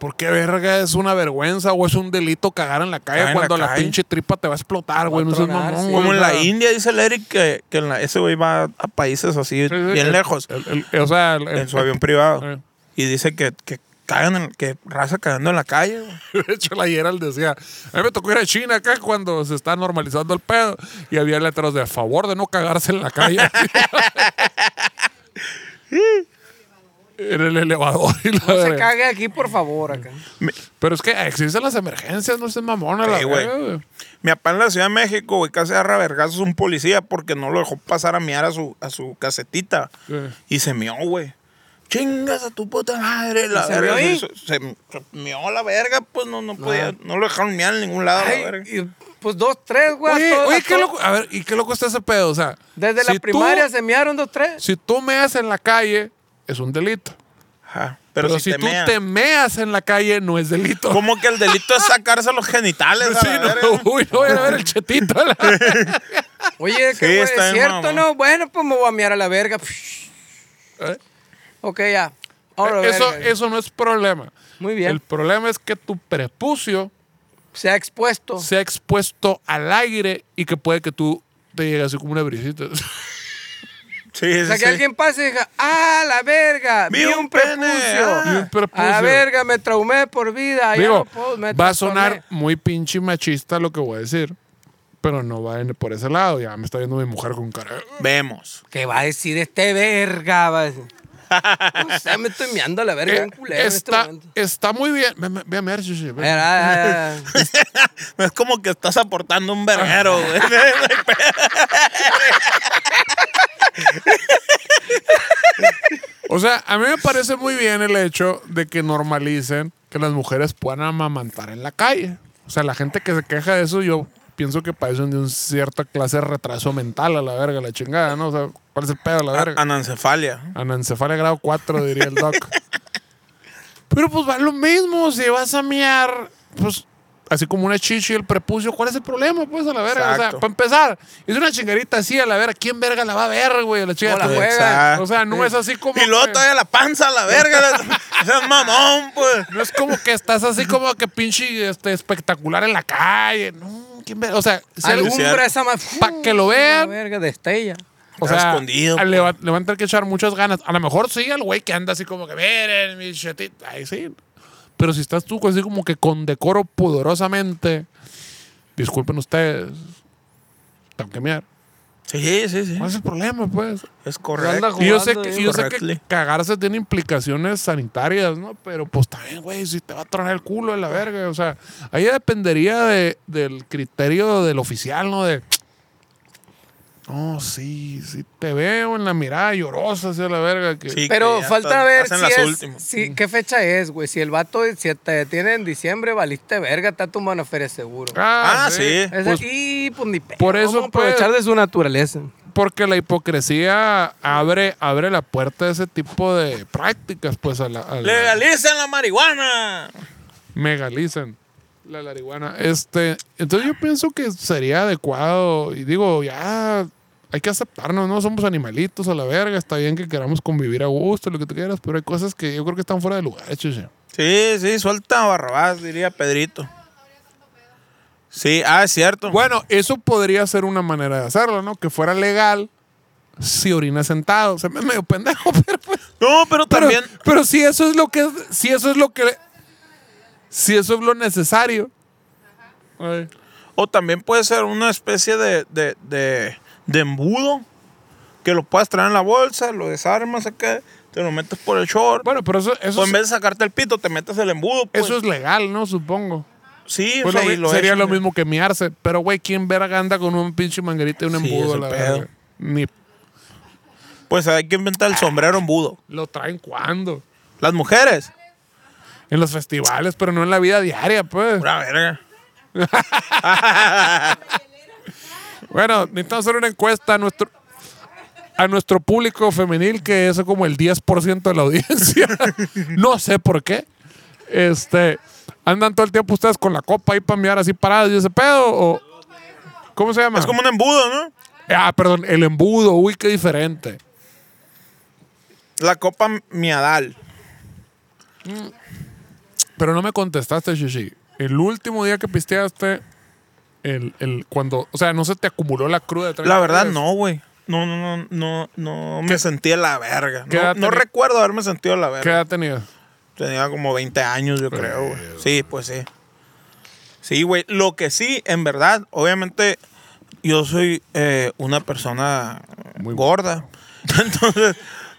[SPEAKER 2] ¿por qué verga es una vergüenza o es un delito cagar en la calle
[SPEAKER 1] Cagar en la
[SPEAKER 2] cuando la,
[SPEAKER 1] calle.
[SPEAKER 2] pinche tripa te va a explotar, güey? No seas
[SPEAKER 3] tronar,
[SPEAKER 2] mamón,
[SPEAKER 3] sí.
[SPEAKER 2] güey.
[SPEAKER 1] Como en
[SPEAKER 2] o sea,
[SPEAKER 1] la India, dice el Eric, que, que en la- ese güey va a países
[SPEAKER 2] sí,
[SPEAKER 1] así,
[SPEAKER 2] sí,
[SPEAKER 1] bien
[SPEAKER 2] el-
[SPEAKER 1] lejos,
[SPEAKER 2] el- el- o sea, el, el-
[SPEAKER 1] en su avión privado.
[SPEAKER 2] Eh.
[SPEAKER 1] Y dice que, que cagan en- que raza cagando en la calle. güey.
[SPEAKER 2] [LAUGHS] De hecho, la Gerald decía, a mí me tocó ir a China acá cuando se está normalizando el pedo y había letras de a favor de no cagarse en la
[SPEAKER 1] [LAUGHS]
[SPEAKER 2] calle. [LAUGHS] en el elevador y la
[SPEAKER 3] No se
[SPEAKER 2] verga.
[SPEAKER 3] cague aquí, por favor, acá.
[SPEAKER 2] Pero es que existen las emergencias, no seas mamón a la
[SPEAKER 1] Sí, güey.
[SPEAKER 2] verga, güey.
[SPEAKER 1] Mi papá en la Ciudad de México, güey, casi agarra a vergazos un policía porque no lo dejó pasar a miar a su, a su casetita.
[SPEAKER 2] Sí.
[SPEAKER 1] Y se mió, güey. Chingas a tu puta madre, la
[SPEAKER 3] ¿Y se
[SPEAKER 1] verga.
[SPEAKER 3] mió ahí?
[SPEAKER 1] Se, se- se mió la verga, pues no, no podía, no lo dejaron miar en ningún lado,
[SPEAKER 3] Ay,
[SPEAKER 1] la verga.
[SPEAKER 3] y, pues dos, tres, güey. a
[SPEAKER 2] Oye,
[SPEAKER 3] todo-
[SPEAKER 2] oye,
[SPEAKER 3] a
[SPEAKER 2] qué
[SPEAKER 3] todo.
[SPEAKER 2] loco. A ver, ¿y qué loco está ese pedo? O sea,
[SPEAKER 3] Desde
[SPEAKER 2] si
[SPEAKER 3] la primaria
[SPEAKER 2] tú-
[SPEAKER 3] se mearon dos, tres.
[SPEAKER 2] Si tú meas en la calle, es un delito.
[SPEAKER 1] Ajá. Pero,
[SPEAKER 2] Pero,
[SPEAKER 1] si,
[SPEAKER 2] si,
[SPEAKER 1] te
[SPEAKER 2] tú
[SPEAKER 1] meas.
[SPEAKER 2] te meas en la calle, no es delito. [LAUGHS]
[SPEAKER 1] Como que el delito es sacarse los genitales. a eh?
[SPEAKER 2] Sí,
[SPEAKER 1] la verga.
[SPEAKER 2] no, uy, no voy a ver el chetito.
[SPEAKER 1] [LAUGHS]
[SPEAKER 3] Oye,
[SPEAKER 1] Sí,
[SPEAKER 3] ¿qué güey,
[SPEAKER 1] está
[SPEAKER 3] ¿es
[SPEAKER 1] bien,
[SPEAKER 3] cierto
[SPEAKER 1] mamá.
[SPEAKER 3] no? Bueno, pues me voy a mear a la verga. Psh.
[SPEAKER 2] ¿Eh?
[SPEAKER 3] Ok, ya. Ahora,
[SPEAKER 2] eso,
[SPEAKER 3] verga.
[SPEAKER 2] eso no es problema.
[SPEAKER 3] Muy bien.
[SPEAKER 2] El problema es que tu prepucio
[SPEAKER 3] Se ha expuesto.
[SPEAKER 2] sea expuesto al aire y que puede que tú te llegue así como una brisita. [LAUGHS]
[SPEAKER 1] Sí, sí,
[SPEAKER 3] O sea, que
[SPEAKER 1] sí.
[SPEAKER 3] alguien pase y diga, ¡ah, la verga! ¡Vi,
[SPEAKER 1] Vi un
[SPEAKER 3] un prepucio!
[SPEAKER 1] pene, ah.
[SPEAKER 2] Vi un prepucio.
[SPEAKER 3] ¡A la verga! Me traumé por vida. ya
[SPEAKER 2] Digo,
[SPEAKER 3] no puedo, me
[SPEAKER 2] va a
[SPEAKER 3] traumé.
[SPEAKER 2] sonar muy pinche machista lo que voy a decir, pero no va en- por ese lado. Ya me está viendo mi mujer con cara.
[SPEAKER 1] Vemos.
[SPEAKER 3] ¿Qué va a decir este verga? Va
[SPEAKER 2] [LAUGHS]
[SPEAKER 3] a decir. No sé, me estoy meando a la verga
[SPEAKER 2] Eh,
[SPEAKER 3] un culero
[SPEAKER 2] está,
[SPEAKER 3] en este momento.
[SPEAKER 2] está muy bien. Ve, ve, ve a mear, Shishi,
[SPEAKER 3] A
[SPEAKER 2] ve.
[SPEAKER 3] ver, a ver, a ver, a ver.
[SPEAKER 1] [LAUGHS] No es como que estás aportando un verguero, güey. Ah. [LAUGHS]
[SPEAKER 2] O sea, a mí me parece muy bien el hecho de que normalicen que las mujeres puedan amamantar en la calle. O sea, la gente que se queja de eso, yo pienso que padecen de una cierta clase de retraso mental a la verga, la chingada, ¿no? O sea, ¿cuál es el pedo a la
[SPEAKER 1] Ah,
[SPEAKER 2] verga?
[SPEAKER 1] Anencefalia.
[SPEAKER 2] Anencefalia grado 4, diría el doc. Pero pues va lo mismo, si vas a miar, pues así como una chichi el prepucio, ¿cuál es el problema? Pues a la verga, o
[SPEAKER 1] Exacto.
[SPEAKER 2] sea, para empezar, es una chingarita así a la verga, ¿quién verga la va a ver, güey? La chica
[SPEAKER 3] ¿Cómo la
[SPEAKER 2] está-
[SPEAKER 3] juegan?
[SPEAKER 2] O sea, no es así como
[SPEAKER 1] Y luego
[SPEAKER 2] que-
[SPEAKER 1] todavía la panza, a la verga. [LAUGHS] O sea, es mamón, pues.
[SPEAKER 2] no es como que estás así como que pinche este, espectacular en la calle, no, ¿quién verga? O sea, si algún-
[SPEAKER 3] Alumbra esa más.
[SPEAKER 2] Pa' que lo
[SPEAKER 3] La
[SPEAKER 2] vean.
[SPEAKER 3] verga, destella.
[SPEAKER 2] O
[SPEAKER 1] Está
[SPEAKER 2] sea,
[SPEAKER 1] escondido, pues.
[SPEAKER 2] a- le, va, le van a tener que echar muchas ganas. A lo mejor sí, al güey que anda así como que, miren, mi chetita. Ahí sí. Pero si estás tú así como que con decoro pudorosamente, disculpen ustedes, tengo que mirar.
[SPEAKER 1] Sí, sí, sí.
[SPEAKER 2] ¿Cuál es el problema, pues?
[SPEAKER 1] Es correcto.
[SPEAKER 2] Y yo sé
[SPEAKER 3] Jugando,
[SPEAKER 2] que,
[SPEAKER 3] eh.
[SPEAKER 2] y yo sé
[SPEAKER 1] Correctly.
[SPEAKER 2] que cagarse tiene implicaciones sanitarias, ¿no? Pero pues también, güey, si te va a tronar el culo de la verga. O sea, ahí ya dependería de- del criterio del oficial, ¿no? De. No, sí, sí te veo en la mirada llorosa hacia la verga. Que,
[SPEAKER 1] Sí. Y
[SPEAKER 3] Pero
[SPEAKER 1] que ya
[SPEAKER 3] falta
[SPEAKER 1] están-
[SPEAKER 3] ver
[SPEAKER 1] hacen
[SPEAKER 3] si
[SPEAKER 1] las
[SPEAKER 3] es,
[SPEAKER 1] últimas.
[SPEAKER 3] si- qué fecha es, güey. Si el vato si te detiene en diciembre, valiste verga, está tu mano feria seguro.
[SPEAKER 1] Ah, sí.
[SPEAKER 3] Es
[SPEAKER 2] Pues-
[SPEAKER 3] aquí, pues ni pedo,
[SPEAKER 2] por eso,
[SPEAKER 3] Vamos a aprovechar de su naturaleza.
[SPEAKER 2] Porque la hipocresía abre, abre la puerta a ese tipo de prácticas, pues a la. a la-
[SPEAKER 1] Legalicen la marihuana.
[SPEAKER 2] megalicen la marihuana. Este, entonces yo pienso que sería adecuado y digo, ya hay que aceptarnos, no somos animalitos a la verga, está bien que queramos convivir a gusto, lo que tú quieras, pero hay cosas que yo creo que están fuera de lugar, chuche.
[SPEAKER 1] Sí, sí, suelta a Barrabás, diría Pedrito. Sí, ah, es cierto.
[SPEAKER 2] Bueno, eso podría ser una manera de hacerlo, ¿no? Que fuera legal si orinas sentado, se me medio pendejo, [LAUGHS] pero pues,
[SPEAKER 1] No, pero
[SPEAKER 2] pero,
[SPEAKER 1] también.
[SPEAKER 2] pero si eso es lo que si eso es lo que si eso es lo necesario. Ay.
[SPEAKER 1] O también puede ser una especie de, de, de, de embudo que lo puedas traer en la bolsa, lo desarmas acá, te lo metes por el short.
[SPEAKER 2] Bueno, pero eso eso
[SPEAKER 1] o
[SPEAKER 2] es-
[SPEAKER 1] en vez de sacarte el pito, te metes el embudo. Pues.
[SPEAKER 2] Eso es legal, ¿no? Supongo.
[SPEAKER 1] sí,
[SPEAKER 2] Pues
[SPEAKER 1] o sea,
[SPEAKER 2] lo
[SPEAKER 1] y
[SPEAKER 2] mi- sería
[SPEAKER 1] echan,
[SPEAKER 2] lo
[SPEAKER 1] güey.
[SPEAKER 2] mismo que miarse. Pero, güey, ¿quién verga anda con un pinche manguerita y un
[SPEAKER 1] Sí,
[SPEAKER 2] embudo?
[SPEAKER 1] es
[SPEAKER 2] a
[SPEAKER 1] el
[SPEAKER 2] la
[SPEAKER 1] pedo.
[SPEAKER 2] verga? Ni
[SPEAKER 1] Pues hay que inventar el sombrero embudo.
[SPEAKER 2] lo traen cuando.
[SPEAKER 1] Las mujeres.
[SPEAKER 2] En los festivales, pero no en la vida diaria, pues.
[SPEAKER 1] Pura verga.
[SPEAKER 2] Bueno, necesitamos hacer una encuesta a nuestro, a nuestro público femenil, que es como el 10% de la audiencia. [LAUGHS] no sé por qué. Este, andan todo el tiempo ustedes con la copa ahí para mirar así paradas y ese pedo. O, ¿Cómo se llama?
[SPEAKER 1] Es como un embudo, ¿no?
[SPEAKER 2] Ah, perdón, el embudo. Uy, qué diferente.
[SPEAKER 1] La copa miadal.
[SPEAKER 2] Pero no me contestaste, Shishi. El último día que pisteaste, el, el, cuando, o sea, no se te acumuló la cruda. de tres
[SPEAKER 1] La verdad,
[SPEAKER 2] días?
[SPEAKER 1] no, güey. No, no, no, no, no me sentí de la verga.
[SPEAKER 2] ¿Qué
[SPEAKER 1] No,
[SPEAKER 2] edad
[SPEAKER 1] no
[SPEAKER 2] tenía-
[SPEAKER 1] recuerdo haberme sentido de la
[SPEAKER 2] ¿Qué
[SPEAKER 1] verga.
[SPEAKER 2] edad tenías?
[SPEAKER 1] Tenía como 20 años, yo creo, güey. Sí, pues sí. Sí, güey. Lo que sí, en verdad, obviamente, yo soy eh, una persona gorda. [LAUGHS] Entonces,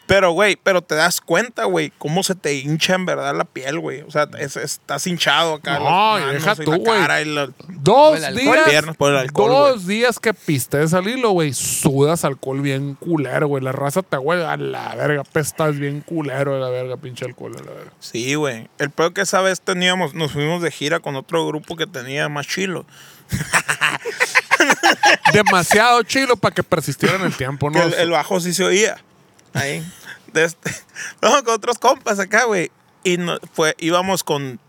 [SPEAKER 1] pero, güey, pero te das cuenta, güey, cómo se te hincha en verdad la piel, güey. O sea, es- estás hinchado acá.
[SPEAKER 2] No, y
[SPEAKER 1] las manos
[SPEAKER 2] deja
[SPEAKER 1] y
[SPEAKER 2] tú,
[SPEAKER 1] la
[SPEAKER 2] güey.
[SPEAKER 1] cara y la-
[SPEAKER 2] Dos
[SPEAKER 3] el alcohol.
[SPEAKER 2] días.
[SPEAKER 1] Viernes por el alcohol,
[SPEAKER 2] dos días que pistees al hilo, güey. Sudas alcohol bien culero, güey. La raza te huele a la verga. Pestas bien culero a la verga, pinche alcohol a la verga.
[SPEAKER 1] Sí, güey. El peor que esa vez teníamos, nos fuimos de gira con otro grupo que tenía más chilo.
[SPEAKER 2] Demasiado chilo para que persistiera en el tiempo,
[SPEAKER 1] [LAUGHS]
[SPEAKER 2] ¿no?
[SPEAKER 3] [LAUGHS]
[SPEAKER 1] Que el, el bajo sí se oía. Ahí. De este- no, con otros compas acá, güey. y no- fue, íbamos con,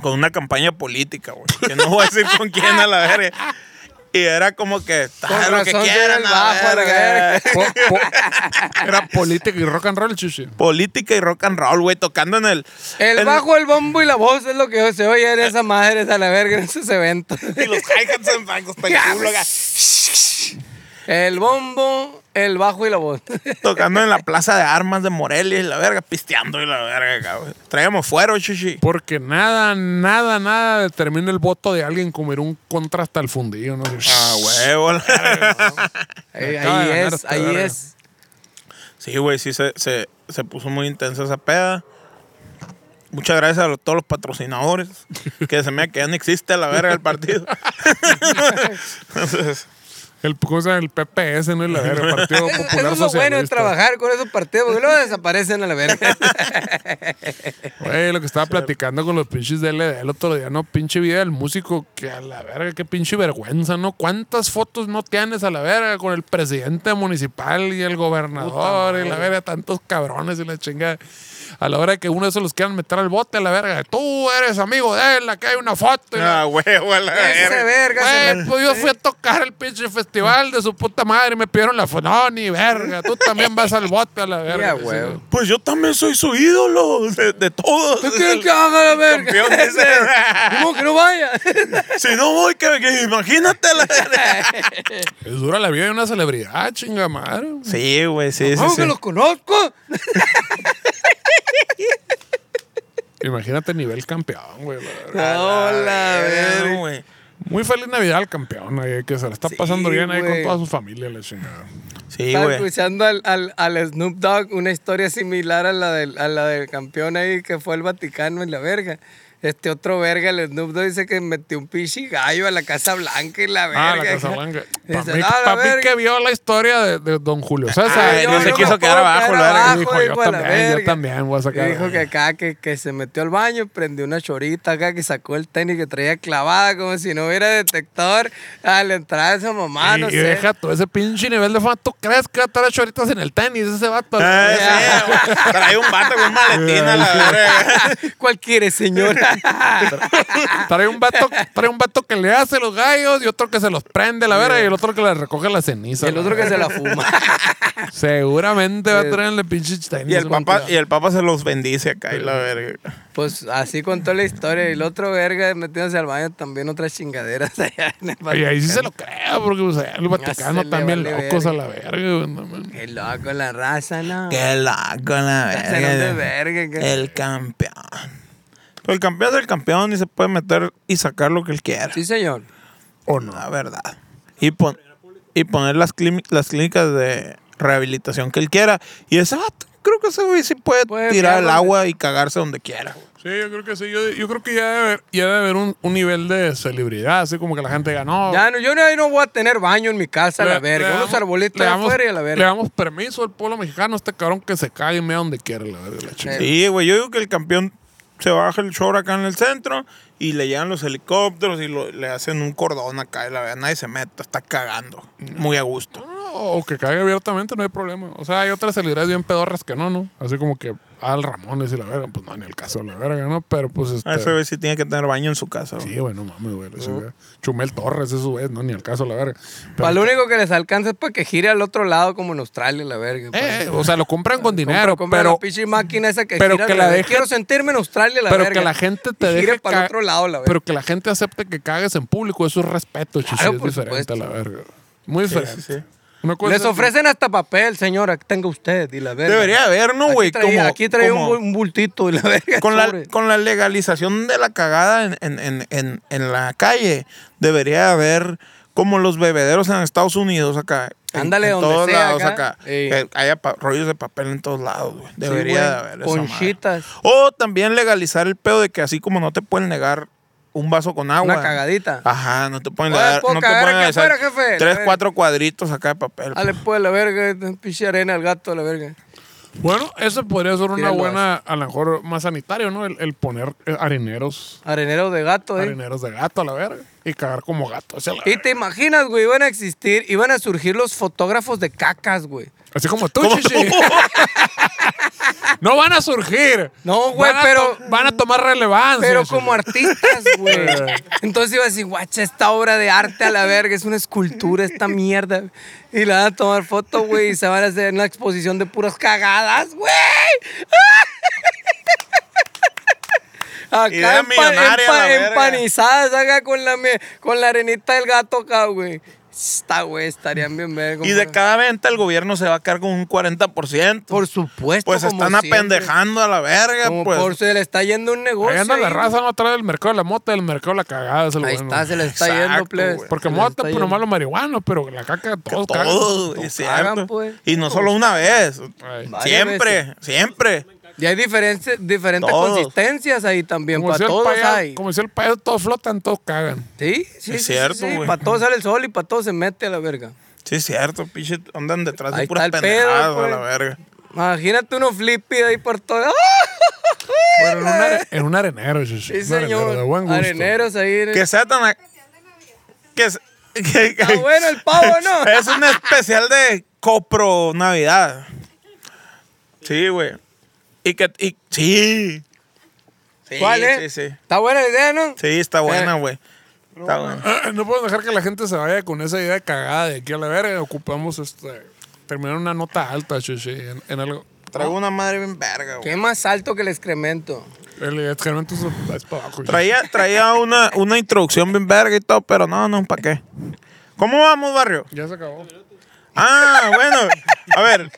[SPEAKER 1] con una campaña política, güey. Que no voy a decir con quién a la verga. Y era como que, "Ah,
[SPEAKER 3] Con
[SPEAKER 1] lo que
[SPEAKER 3] razón era
[SPEAKER 1] quieran,
[SPEAKER 3] el
[SPEAKER 1] a la
[SPEAKER 3] bajo, a la
[SPEAKER 1] verga".
[SPEAKER 3] verga.
[SPEAKER 2] Po- po- era política y rock and roll, chichi.
[SPEAKER 1] Política y rock and roll, güey, tocando en el. [LAUGHS]
[SPEAKER 3] El
[SPEAKER 1] en-
[SPEAKER 3] bajo, el bombo y la voz es lo que se oye en esa madre, a la verga, en esos eventos.
[SPEAKER 1] Y los hi-hats en bancos, culo, acá.
[SPEAKER 3] pues. El bombo, el bajo y la voz. [LAUGHS]
[SPEAKER 1] Tocando en la plaza de armas de Morelia y la verga, pisteando y la verga, cabrón. Traíamos fuero, chichi.
[SPEAKER 2] Porque nada, nada, nada determina el voto de alguien como ir un contra hasta el fundido, ¿no?
[SPEAKER 1] Ah, huevo. la verga.
[SPEAKER 3] Ahí,
[SPEAKER 2] Acaba
[SPEAKER 3] ahí
[SPEAKER 2] de ganar
[SPEAKER 3] es,
[SPEAKER 2] esta
[SPEAKER 3] ahí
[SPEAKER 2] verga.
[SPEAKER 3] es.
[SPEAKER 1] Sí, güey, sí se, se, se puso muy intensa esa peda. Muchas gracias a los- todos los patrocinadores. Que se me que ya no existe la verga del partido. Entonces,
[SPEAKER 2] El, ¿cómo se llama? el PPS, ¿no? El, el Partido
[SPEAKER 3] [LAUGHS] Eso,
[SPEAKER 2] Popular
[SPEAKER 3] eso es lo bueno de
[SPEAKER 2] Socialista.
[SPEAKER 3] trabajar con esos partidos, porque luego desaparecen a
[SPEAKER 2] [LAUGHS]
[SPEAKER 3] la verga.
[SPEAKER 2] Güey, lo que estaba platicando con los pinches de LD el otro día, ¿no? Pinche vida del músico, que a la verga, qué pinche vergüenza, ¿no? ¿Cuántas fotos no tienes a la verga con el presidente municipal y el gobernador y la verga, tantos cabrones y la chingada? A la hora que uno de esos los quieran meter al bote, a la verga, tú eres amigo de él, aquí hay una foto. y la-
[SPEAKER 1] ah, huevo, a la
[SPEAKER 3] Ese
[SPEAKER 1] verga.
[SPEAKER 3] verga. se
[SPEAKER 2] Güey, pues yo fui a tocar el pinche festival de su puta madre y me pidieron la foto. No, ni verga, tú también vas al bote a la verga.
[SPEAKER 3] [LAUGHS] Ya, güey.
[SPEAKER 1] Pues yo también soy su ídolo de, de todos.
[SPEAKER 3] ¿Qué quieren que haga la verga? [LAUGHS]
[SPEAKER 1] Campeón, dice.
[SPEAKER 3] ¿Cómo que no vaya?
[SPEAKER 1] Si no voy, que, que imagínate la verga.
[SPEAKER 2] Es dura la vida de una celebridad, chinga madre.
[SPEAKER 1] Sí, güey, sí, sí.
[SPEAKER 3] ¿Cómo
[SPEAKER 1] sí.
[SPEAKER 3] que los conozco?
[SPEAKER 2] Imagínate nivel campeón, güey. la verdad.
[SPEAKER 3] Hola,
[SPEAKER 1] Verga,
[SPEAKER 3] verga.
[SPEAKER 1] güey.
[SPEAKER 2] Muy feliz Navidad al campeón, ahí, que se la está pasando bien ahí con
[SPEAKER 3] güey.
[SPEAKER 2] toda su familia, la chingada.
[SPEAKER 1] Sí,
[SPEAKER 3] Estaba
[SPEAKER 1] güey.
[SPEAKER 3] escuchando al, al, al Snoop Dogg una historia similar a la, del, a la del campeón ahí que fue el Vaticano en la verga. Este otro verga, el Snoop Dogg, dice que metió un pichi gallo a la Casa Blanca y la verga.
[SPEAKER 2] Ah, la Casa Blanca. Para
[SPEAKER 3] Dice,
[SPEAKER 2] mí,
[SPEAKER 3] "Ah, la
[SPEAKER 2] pa' mí
[SPEAKER 3] verga".
[SPEAKER 2] que vio la historia de, de Don Julio
[SPEAKER 1] Ah,
[SPEAKER 2] César.
[SPEAKER 1] Ay,
[SPEAKER 3] yo
[SPEAKER 1] no se
[SPEAKER 3] me
[SPEAKER 1] quiso
[SPEAKER 3] puedo
[SPEAKER 1] quedar abajo, la verga.
[SPEAKER 3] abajo,
[SPEAKER 2] Dijo, yo
[SPEAKER 3] hijo de la
[SPEAKER 2] también, yo
[SPEAKER 3] verga.
[SPEAKER 2] también voy a sacar
[SPEAKER 3] Y
[SPEAKER 2] la
[SPEAKER 3] Dijo que
[SPEAKER 2] verga.
[SPEAKER 3] acá que, que se metió al baño, prendió una chorita acá, que sacó el tenis que traía clavada, como si no hubiera detector al entrar esa mamá,
[SPEAKER 2] y,
[SPEAKER 3] ah, no
[SPEAKER 2] y
[SPEAKER 3] sé.
[SPEAKER 2] deja todo ese pinche nivel de fan. ¿Tú crees que va a estar hecho ahorita en el tenis ese vato?
[SPEAKER 1] Ah, sí, güey. Trae un vato con un maletín
[SPEAKER 3] [LAUGHS]
[SPEAKER 1] a la verga.
[SPEAKER 2] Ah,
[SPEAKER 3] ¿Cuál quiere, señora?
[SPEAKER 2] Trae un, vato, trae un vato que le hace los gallos y otro que se los prende la verga y el otro que le recoge la ceniza.
[SPEAKER 3] [LAUGHS] el
[SPEAKER 2] la
[SPEAKER 3] otro que
[SPEAKER 2] verga.
[SPEAKER 3] se [LAUGHS] la fuma.
[SPEAKER 2] Seguramente va a traerle pinche tenis.
[SPEAKER 1] Y el,
[SPEAKER 2] un
[SPEAKER 1] papa,
[SPEAKER 2] cuidado.
[SPEAKER 1] y el papa se los bendice acá y la verga.
[SPEAKER 3] Pues así contó la historia. Y el otro verga metiéndose al baño también otras chingaderas [LAUGHS] allá en el
[SPEAKER 2] Oye, ahí sí se
[SPEAKER 3] Vaticano.
[SPEAKER 2] lo creo, porque o sea, el Vaticano
[SPEAKER 3] se le
[SPEAKER 2] también
[SPEAKER 3] vale
[SPEAKER 2] locos
[SPEAKER 3] verga.
[SPEAKER 2] a la verga. güey, no mames.
[SPEAKER 3] [LAUGHS] Qué loco la raza, ¿no?
[SPEAKER 1] Qué loco la
[SPEAKER 3] Se nos de verga. que-
[SPEAKER 1] El campeón. Pero el campeón es el campeón y se puede meter y sacar lo que él quiera.
[SPEAKER 3] Sí, señor.
[SPEAKER 2] ¿O no?
[SPEAKER 1] La verdad. Y, pon- y poner las, clími- las clínicas de rehabilitación que él quiera. Y ese vato, creo que ese güey sí puede,
[SPEAKER 3] Puede
[SPEAKER 1] tirar
[SPEAKER 3] mirar
[SPEAKER 1] el
[SPEAKER 3] donde-
[SPEAKER 1] agua y cagarse donde quiera. güey.
[SPEAKER 2] Sí, yo creo que sí. Yo, yo creo que ya debe haber, ya debe haber un, un nivel de celebridad, así como que la gente diga, no.
[SPEAKER 3] Ya no, yo no, no voy a tener baño en mi casa, a
[SPEAKER 2] le-
[SPEAKER 3] la verga.
[SPEAKER 2] le
[SPEAKER 3] Unos
[SPEAKER 2] damos-
[SPEAKER 3] arbolitos
[SPEAKER 2] le
[SPEAKER 3] de
[SPEAKER 2] damos-
[SPEAKER 3] afuera y a la
[SPEAKER 2] Le
[SPEAKER 3] verga.
[SPEAKER 2] damos permiso al pueblo mexicano, este cabrón que se cague y mea donde quiera, la verga, la chingada.
[SPEAKER 1] Sí, güey, yo digo que el campeón se baja el show acá en el centro y le llegan los helicópteros y lo- le hacen un cordón acá y la verdad nadie se mete, está cagando. Muy a gusto.
[SPEAKER 2] No, O que cague abiertamente, no hay problema. O sea, hay otras celebridades bien pedorras que no, ¿no? Así como que al Ramones y la verga, pues no, ni el caso de la verga, ¿no? Pero pues este.
[SPEAKER 1] A Ese güey sí tiene que tener baño en su casa. güey.
[SPEAKER 2] Sí, güey, no mames, güey. la chingada. Chumel Torres, eso es, no, ni el caso, la verga. Pero-
[SPEAKER 3] Para lo único que les alcanza es para que gire al otro lado como en Australia, la verga.
[SPEAKER 2] Eh, eh, o sea, lo compran con dinero,
[SPEAKER 3] Compra
[SPEAKER 2] pero,
[SPEAKER 3] la pinche máquina esa que
[SPEAKER 2] pero
[SPEAKER 3] gira,
[SPEAKER 2] que
[SPEAKER 3] la
[SPEAKER 2] la
[SPEAKER 3] verga.
[SPEAKER 2] deje-
[SPEAKER 3] Quiero sentirme en Australia, la
[SPEAKER 2] pero
[SPEAKER 3] verga.
[SPEAKER 2] que la gente te
[SPEAKER 3] Y gire
[SPEAKER 2] deje
[SPEAKER 3] para el
[SPEAKER 2] ca-
[SPEAKER 3] otro lado, la verga.
[SPEAKER 2] pero que la gente acepte que cagues en público, eso es respeto, chichi,
[SPEAKER 3] Claro,
[SPEAKER 2] es
[SPEAKER 3] por
[SPEAKER 2] diferente
[SPEAKER 3] supuesto.
[SPEAKER 2] a la verga. Muy diferente.
[SPEAKER 1] sí, sí.
[SPEAKER 2] Una cosa
[SPEAKER 3] Les
[SPEAKER 2] es-
[SPEAKER 3] ofrecen hasta papel, señora, que tenga usted y la verga.
[SPEAKER 1] Debería haber, ¿no, güey?
[SPEAKER 3] Aquí traía,
[SPEAKER 1] Como-
[SPEAKER 3] aquí traía
[SPEAKER 1] como-
[SPEAKER 3] un, bu- un bultito y la verga.
[SPEAKER 1] Con la,
[SPEAKER 3] sobre.
[SPEAKER 1] con la legalización de la cagada en, en- en- en- en la calle, debería haber como los bebederos en Estados Unidos acá. en-
[SPEAKER 3] Ándale,
[SPEAKER 1] en,
[SPEAKER 3] donde
[SPEAKER 1] todos
[SPEAKER 3] sea,
[SPEAKER 1] lados
[SPEAKER 3] acá.
[SPEAKER 1] acá.
[SPEAKER 3] Ey.
[SPEAKER 1] Que haya pa- rollos de papel en todos lados, güey. Debería
[SPEAKER 3] güey,
[SPEAKER 1] de haber esa madre.
[SPEAKER 3] conchitas.
[SPEAKER 1] O también legalizar el pedo de que así como no te pueden negar un vaso con agua.
[SPEAKER 3] Una cagadita.
[SPEAKER 1] Ajá, no te pueden
[SPEAKER 3] Oye,
[SPEAKER 1] negar.
[SPEAKER 3] ¿puedo
[SPEAKER 1] No te
[SPEAKER 3] cagar
[SPEAKER 1] pueden
[SPEAKER 3] aquí
[SPEAKER 1] legalizar
[SPEAKER 3] afuera, jefe? La
[SPEAKER 1] Tres,
[SPEAKER 3] verga.
[SPEAKER 1] cuatro cuadritos acá de papel.
[SPEAKER 3] Dale pues la verga, pinche arena al gato, la verga.
[SPEAKER 2] Bueno, eso podría ser una
[SPEAKER 3] Tíralo,
[SPEAKER 2] buena, a lo mejor más sanitario, ¿no? El, el poner eh, arineros,
[SPEAKER 3] Arenero de gato, eh.
[SPEAKER 2] arineros de gato a la verga y cagar como gato. o sea, la
[SPEAKER 3] Y
[SPEAKER 2] verga.
[SPEAKER 3] te imaginas, güey, iban a existir, iban a surgir los fotógrafos de cacas, güey. [LAUGHS]
[SPEAKER 2] Así como tú,
[SPEAKER 1] Como
[SPEAKER 2] chichi.
[SPEAKER 1] tú.
[SPEAKER 2] No van a surgir.
[SPEAKER 3] No, güey,
[SPEAKER 2] Van a
[SPEAKER 3] pero-
[SPEAKER 2] to- Van a tomar relevancia.
[SPEAKER 3] Pero como artistas,
[SPEAKER 1] [LAUGHS]
[SPEAKER 3] güey. Entonces iba a decir, guacha, esta obra de arte a la verga, es una escultura, esta mierda. Y le van a tomar foto, güey, y se van a hacer una exposición de puras cagadas, güey.
[SPEAKER 1] [LAUGHS]
[SPEAKER 3] Acá
[SPEAKER 1] Idea
[SPEAKER 3] empa-
[SPEAKER 1] millonaria,
[SPEAKER 3] empa-
[SPEAKER 1] la verga.
[SPEAKER 3] empanizadas, acá con la, mie- con la arenita del gato acá, güey. Esta, güey, estarían bien verga.
[SPEAKER 1] Y de
[SPEAKER 3] güey.
[SPEAKER 1] cada venta el gobierno se va a quedar con un 40%.
[SPEAKER 3] Por supuesto,
[SPEAKER 1] [LAUGHS] pues
[SPEAKER 3] como
[SPEAKER 1] están
[SPEAKER 3] siempre.
[SPEAKER 1] apendejando a la verga.
[SPEAKER 3] Como
[SPEAKER 1] pues.
[SPEAKER 3] por se le está yendo un negocio.
[SPEAKER 2] Ahí anda la
[SPEAKER 3] ahí,
[SPEAKER 2] raza, no trae del mercado de la mota, del mercado de la cagada. Es el
[SPEAKER 3] Ahí
[SPEAKER 2] bueno.
[SPEAKER 3] está, se le está
[SPEAKER 1] Exacto,
[SPEAKER 3] yendo, plebes.
[SPEAKER 1] güey.
[SPEAKER 2] Porque
[SPEAKER 3] Se les
[SPEAKER 2] mota,
[SPEAKER 3] está
[SPEAKER 2] pues
[SPEAKER 3] yendo.
[SPEAKER 2] nomás los marihuanos, pero la caca, todos cagan.
[SPEAKER 1] Todo, es
[SPEAKER 3] cagan,
[SPEAKER 1] cierto.
[SPEAKER 3] pues.
[SPEAKER 1] Y no solo una vez.
[SPEAKER 2] Ay.
[SPEAKER 3] Varias
[SPEAKER 1] Siempre,
[SPEAKER 3] veces.
[SPEAKER 1] siempre.
[SPEAKER 3] Y hay diferentes, diferentes
[SPEAKER 1] Todos.
[SPEAKER 3] consistencias ahí también.
[SPEAKER 2] Como
[SPEAKER 3] Para
[SPEAKER 2] decía, el
[SPEAKER 3] todos
[SPEAKER 2] payaso,
[SPEAKER 3] hay.
[SPEAKER 2] como decía el payaso, todos flotan, todos cagan.
[SPEAKER 3] Sí, sí.
[SPEAKER 1] Es cierto, güey.
[SPEAKER 3] Para todos sale el sol y para todos se mete a la verga.
[SPEAKER 1] Sí, es cierto, pinche. Andan detrás
[SPEAKER 3] Ahí
[SPEAKER 1] de puras
[SPEAKER 3] está el pedo,
[SPEAKER 1] pendejadas a
[SPEAKER 3] pues.
[SPEAKER 1] la verga.
[SPEAKER 3] Imagínate uno flippy ahí por todo. ¡Ah!
[SPEAKER 2] Pero en, un
[SPEAKER 3] [LAUGHS]
[SPEAKER 2] are- en un arenero, sí, sí,
[SPEAKER 3] Sí,
[SPEAKER 2] un arenero
[SPEAKER 3] señor.
[SPEAKER 2] de buen gusto.
[SPEAKER 3] Areneros ahí. en-
[SPEAKER 1] Que sea tan. a- Que, se- [LAUGHS] que-
[SPEAKER 3] Está bueno el pavo, [LAUGHS] ¿no?
[SPEAKER 1] [LAUGHS] Es un especial de copro Navidad. Sí, güey. Y que. y- sí. Sí,
[SPEAKER 3] ¿Cuál eh? es?
[SPEAKER 1] Sí, sí.
[SPEAKER 3] Está buena la idea, ¿no?
[SPEAKER 1] Sí, está buena,
[SPEAKER 3] Eh.
[SPEAKER 1] güey. Está buena.
[SPEAKER 2] Ah, [CLEARS THROAT] No podemos dejar que la gente se vaya con esa idea de cagada de aquí a la verga. Ocupamos este, terminar una nota alta, chichi, en, en algo.
[SPEAKER 1] Traigo una madre bien verga, güey.
[SPEAKER 3] ¿Qué más alto que el excremento?
[SPEAKER 2] El excremento es, es para abajo. chichi.
[SPEAKER 1] Traía, traía una, una introducción bien verga y todo, pero no, no, ¿para qué? ¿Cómo vamos, barrio?
[SPEAKER 2] Ya se acabó.
[SPEAKER 1] Ah, bueno. A ver.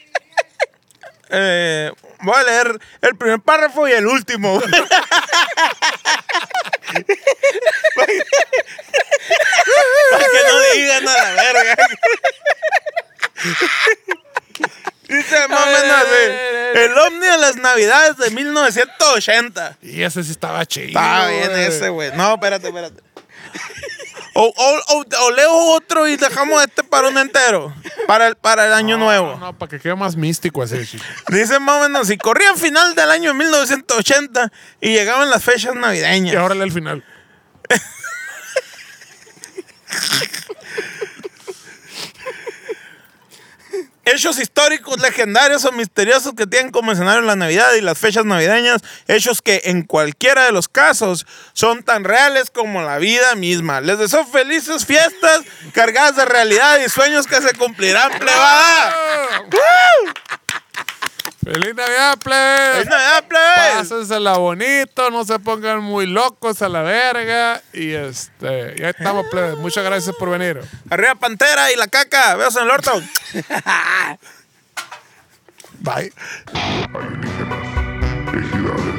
[SPEAKER 1] Eh, voy a leer el primer párrafo y el último. [LAUGHS] güey. Para que no digan a la verga. Dice más o menos así, El ovni de las navidades de 1980.
[SPEAKER 2] Y ese sí estaba chido.
[SPEAKER 1] Está bien
[SPEAKER 2] güey.
[SPEAKER 1] ese, güey. No, espérate, espérate. [LAUGHS] O, o- o- o leo otro y dejamos este para un entero. Para el, para el año
[SPEAKER 2] No,
[SPEAKER 1] nuevo.
[SPEAKER 2] no, para que quede más místico así. chichi.
[SPEAKER 1] [LAUGHS] Dice más o menos, si corría a final del año 1980 y llegaban las fechas
[SPEAKER 2] Y
[SPEAKER 1] navideñas.
[SPEAKER 2] ahora lee el final.
[SPEAKER 1] Hechos históricos, legendarios o misteriosos que tienen como escenario la Navidad y las fechas navideñas. Hechos que en cualquiera de los casos son tan reales como la vida misma. Les deseo felices fiestas cargadas de realidad y sueños que se cumplirán, plebada.
[SPEAKER 2] ¡Feliz Navidad, plebes!
[SPEAKER 1] ¡Es Navidad, plebes!
[SPEAKER 2] Pásensela bonito, no se pongan muy locos a la verga. Y este, ya estamos, plebes. Muchas gracias por venir.
[SPEAKER 1] Arriba Pantera y la caca. Veos en el orto.
[SPEAKER 2] Bye.
[SPEAKER 4] Entidades